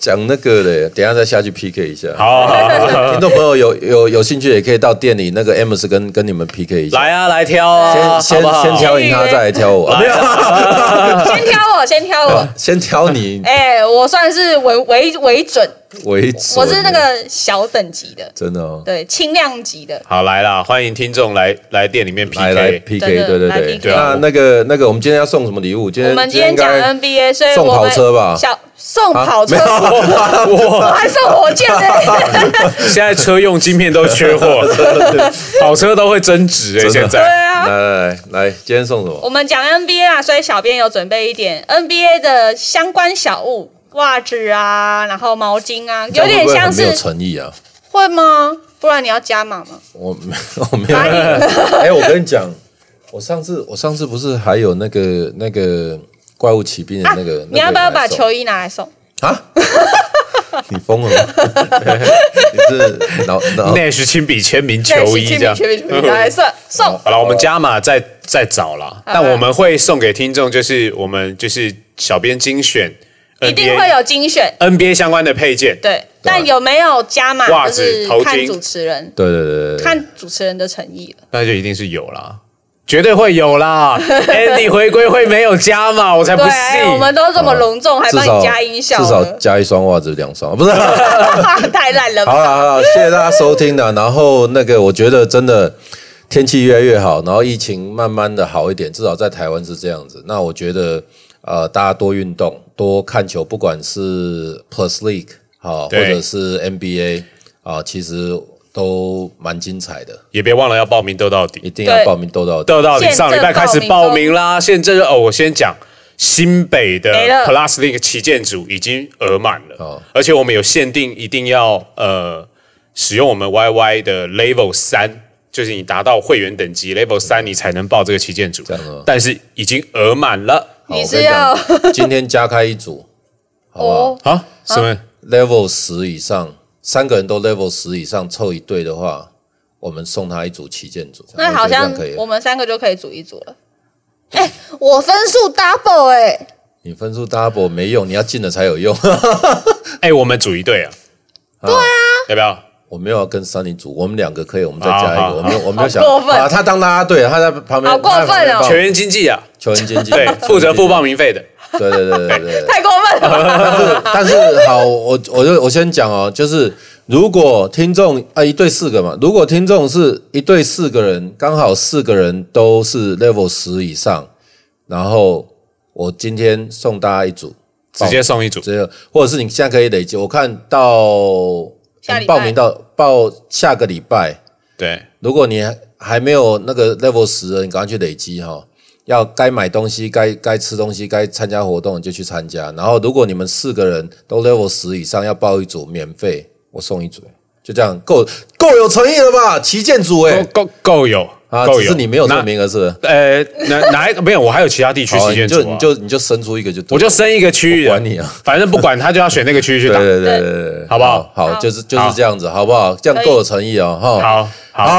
Speaker 3: 讲那个的，等一下再下去 PK 一下。
Speaker 1: 好呃好好，
Speaker 3: 听众朋友有有有兴趣也可以到店里那个 Amos 跟跟你们 PK 一下，
Speaker 1: 来啊，来挑啊，
Speaker 3: 先先
Speaker 1: 好不好
Speaker 3: 先挑赢他，再来挑我。没有
Speaker 2: 先挑我，先挑 我。
Speaker 3: 先挑你
Speaker 2: 哎、我算是为为为准，
Speaker 3: 为主。
Speaker 2: 我是那个小等级的，
Speaker 3: 真的哦，
Speaker 2: 对，轻量级的。
Speaker 1: 好来啦，欢迎听众来来店里面
Speaker 3: 来来
Speaker 1: PK。
Speaker 3: PK，
Speaker 2: 真的
Speaker 3: 对对
Speaker 2: 来
Speaker 3: 对
Speaker 2: PK。
Speaker 1: 对啊
Speaker 3: 那那个那个，我们今天要送什么礼物？今天
Speaker 2: 我们今天
Speaker 3: 应该
Speaker 2: 讲 NBA，所以
Speaker 3: 送
Speaker 2: 我们
Speaker 3: 跑车吧
Speaker 2: 小送跑车，
Speaker 3: 啊没有
Speaker 2: 我 还送火箭呢。
Speaker 1: 现在车用晶片都缺货，跑车都会增值哎，
Speaker 3: 真的
Speaker 1: 现
Speaker 2: 对
Speaker 1: 在
Speaker 2: 啊，
Speaker 3: 来来来，今天送什么？
Speaker 2: 我们讲 NBA 啊，所以小编有准备一点 NBA 的相关小物，袜子啊，然后毛巾啊，有点
Speaker 3: 这
Speaker 2: 像
Speaker 3: 样会不会很没有
Speaker 2: 是
Speaker 3: 诚意啊。
Speaker 2: 会吗？不然你要加码吗？
Speaker 3: 我 我没有。 哎，我跟你讲，我上次我上次不是还有那个那个怪物骑兵的
Speaker 2: 啊
Speaker 3: 那个？
Speaker 2: 你要不要把
Speaker 3: 那个也来送
Speaker 2: 球衣拿来送？
Speaker 3: 啊？ 你疯了吗？ 你是脑 脑
Speaker 1: 内是亲笔签名
Speaker 2: 对
Speaker 1: 球衣
Speaker 2: 签
Speaker 1: 这样嗯
Speaker 2: 名，。签名，签名，来送送，
Speaker 1: 好了，我们加码再再找啦，但我们会送给听众，就是我们就是小编精选
Speaker 2: 一定会
Speaker 1: NBA
Speaker 2: 有精选。
Speaker 1: NBA 相关的配件，
Speaker 2: 对，但有没有加码
Speaker 1: 袜
Speaker 2: 就
Speaker 1: 子
Speaker 2: 是
Speaker 1: 头巾
Speaker 2: 看主持人，
Speaker 3: 对对对对对，
Speaker 2: 看主持人的诚意了。
Speaker 1: 那就一定是有啦，绝对会有 啦。Andy 回归会没有加码，我才不哦
Speaker 2: 对，哎我
Speaker 1: 信。
Speaker 2: 们都这么隆重，还
Speaker 3: 至
Speaker 2: 帮
Speaker 3: 少
Speaker 2: 你加音效
Speaker 3: 至少
Speaker 2: 了，
Speaker 3: 加一双袜子两双，不是。
Speaker 2: 太烂了
Speaker 3: 好
Speaker 2: 吧？
Speaker 3: 了好了，谢谢大家收听的。然后那个，我觉得真的天气越来越好，然后疫情慢慢的好一点，至少在台湾是这样子。那我觉得呃，大家多运动，多看球，不管是 Plus League 好、或
Speaker 1: 对
Speaker 3: 者是 NBA 啊、其实都蛮精彩的，
Speaker 1: 也别忘了要报名斗到底，
Speaker 3: 一定要
Speaker 2: 对
Speaker 3: 报名斗到底。
Speaker 1: 斗到底
Speaker 2: 现
Speaker 1: 上礼拜开始
Speaker 2: 正报
Speaker 1: 报
Speaker 2: 名
Speaker 1: 名啦。现在就哦，我先讲新北的
Speaker 2: 没了
Speaker 1: Plus Link 旗舰组已经额满了，
Speaker 3: 哦
Speaker 1: 而且我们有限定，一定要呃使用我们 YY 的 Level 三。就是你达到会员等级 Level 三，你才能报这个旗舰组
Speaker 3: 嗯这样哦。
Speaker 1: 但是已经额满了
Speaker 3: 好，我
Speaker 2: 你
Speaker 3: 跟
Speaker 2: 是
Speaker 3: 讲
Speaker 2: 要
Speaker 3: 今天加开一组，好不好、
Speaker 2: 哦，
Speaker 1: 啊？什么？
Speaker 3: level 十以上，三个人都 level 十以上凑一对的话，我们送他一组旗舰组。
Speaker 2: 那
Speaker 3: 我觉得
Speaker 2: 好
Speaker 3: 这样
Speaker 2: 像
Speaker 3: 可以
Speaker 2: 我。们三个就可以组一组了。哎，我分数 double 哎，
Speaker 3: 你分数 double 没用，你要进了才有用。
Speaker 1: 哎，我们组一队啊？对啊，要不要？
Speaker 3: 我没有要跟 Sunny 组，我们两个可以，我们再加一
Speaker 1: 好好
Speaker 3: 个。我没有，我没有
Speaker 2: 好
Speaker 3: 想
Speaker 2: 过分
Speaker 3: 把他当啦啦队，他在旁边
Speaker 2: 好过分哦
Speaker 3: 他在旁边帮
Speaker 1: 全员经济啊，
Speaker 3: 球员经济，
Speaker 1: 对，负责付报名费的。
Speaker 3: 对。对对对对对。
Speaker 2: 太过分 了吧？
Speaker 3: 但是 但是好，我我就我先讲哦，就是如果听众啊一对四个嘛，如果听众是一对四个人，刚好四个人都是 level 十以上，然后我今天送大家一组，
Speaker 1: 直接送一组，
Speaker 3: 只有或者是你现在可以累积，我看到嗯
Speaker 2: 下礼拜
Speaker 3: 报名到报下个礼拜，
Speaker 1: 对，
Speaker 3: 如果你还没有那个 level 十的，你赶快去累积哈、要该买东西、该该吃东西、该参加活动你就去参加。然后，如果你们四个人都 level 十以上，要报一组免费，我送一组，就这样够够有诚意了吧？旗舰组哎、
Speaker 1: 够够够有，
Speaker 3: 啊，
Speaker 1: 够
Speaker 3: 只
Speaker 1: 有。
Speaker 3: 是你没有这
Speaker 1: 那
Speaker 3: 个名额是不是？
Speaker 1: 呃，哪哪一个没 有？我还有其他地区
Speaker 3: 好
Speaker 1: 旗舰
Speaker 3: 啊，你
Speaker 1: 组
Speaker 3: 就
Speaker 1: 啊
Speaker 3: 你就你就生出一个就对
Speaker 1: 我
Speaker 3: 了
Speaker 1: 就生一个区域的，
Speaker 3: 我管你啊
Speaker 1: 反正不管他就要选那个区域去
Speaker 3: 对
Speaker 1: 打。
Speaker 3: 对对对对对，
Speaker 1: 好不好
Speaker 3: 好，
Speaker 2: 好
Speaker 3: 就是就是这样子，好不好？这样
Speaker 2: 可以
Speaker 3: 够有诚意哦，哈。
Speaker 1: 好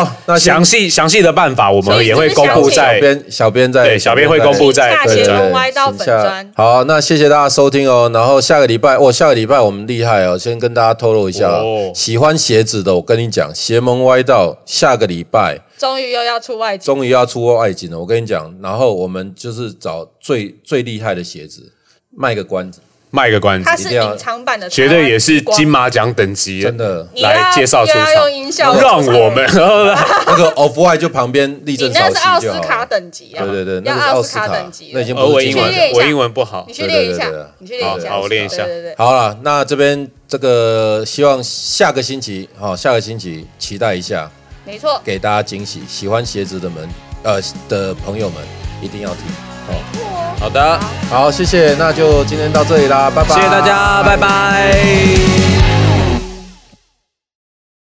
Speaker 3: 好那先
Speaker 1: 详细详细的办法我
Speaker 2: 所
Speaker 1: 们
Speaker 2: 以
Speaker 1: 也会
Speaker 2: 是
Speaker 1: 公布
Speaker 2: 详
Speaker 1: 在
Speaker 2: 细的
Speaker 3: 小编小编在
Speaker 1: 对小编会公布在
Speaker 2: 请洽
Speaker 1: 对
Speaker 2: 斜
Speaker 1: 对
Speaker 2: 龙
Speaker 1: 对
Speaker 2: 歪到粉砖，
Speaker 3: 好，那谢谢大家收听哦。然后下个礼拜，哦，下个礼拜我们厉害哦，先跟大家透露一下、哦
Speaker 1: 哦，
Speaker 3: 喜欢鞋子的，我跟你讲，邪门歪道下个礼拜
Speaker 2: 终于又要出外景，
Speaker 3: 终于要出外景了。我跟你讲，然后我们就是找最最厉害的鞋子，卖个关子，
Speaker 1: 卖个关子
Speaker 2: 它，
Speaker 3: 一
Speaker 2: 是
Speaker 3: 定要
Speaker 2: 隐藏版的台湾之
Speaker 1: 绝
Speaker 2: 光，
Speaker 1: 对也是金马奖等级，
Speaker 3: 真的。
Speaker 2: 你要
Speaker 1: 来介绍出
Speaker 2: 又要
Speaker 1: 场
Speaker 2: 用音效，
Speaker 1: 让我们
Speaker 3: 那个 Off White 就旁边立
Speaker 2: 你
Speaker 3: 正
Speaker 2: 那
Speaker 3: 稍
Speaker 2: 个是奥
Speaker 3: 息就
Speaker 2: 斯
Speaker 3: 好
Speaker 2: 卡
Speaker 3: 了。
Speaker 2: 等级啊，
Speaker 3: 对对对，那
Speaker 2: 要
Speaker 3: 个是奥
Speaker 2: 奥
Speaker 3: 斯
Speaker 2: 卡
Speaker 3: 等
Speaker 2: 等级
Speaker 3: 那
Speaker 2: 了，
Speaker 3: 已经
Speaker 1: 而
Speaker 3: 不
Speaker 1: 我
Speaker 3: 是
Speaker 1: 英
Speaker 3: 金马
Speaker 2: 去练一
Speaker 3: 奖
Speaker 1: 文
Speaker 2: 下
Speaker 1: 我英文不好
Speaker 2: 你，去练一下
Speaker 3: 对对对对对，
Speaker 2: 你去练一下，
Speaker 1: 好好我练一下
Speaker 2: 对对对。
Speaker 3: 好了，那这边这个希望下个星期，好、下个星期期待一下，
Speaker 2: 没错，
Speaker 3: 给大家惊喜。喜欢鞋子的们，呃的朋友们一定要听。
Speaker 1: 好的，
Speaker 3: 好，谢谢，那就今天到这里啦，拜
Speaker 1: 谢
Speaker 3: 拜，
Speaker 1: 谢大家，拜拜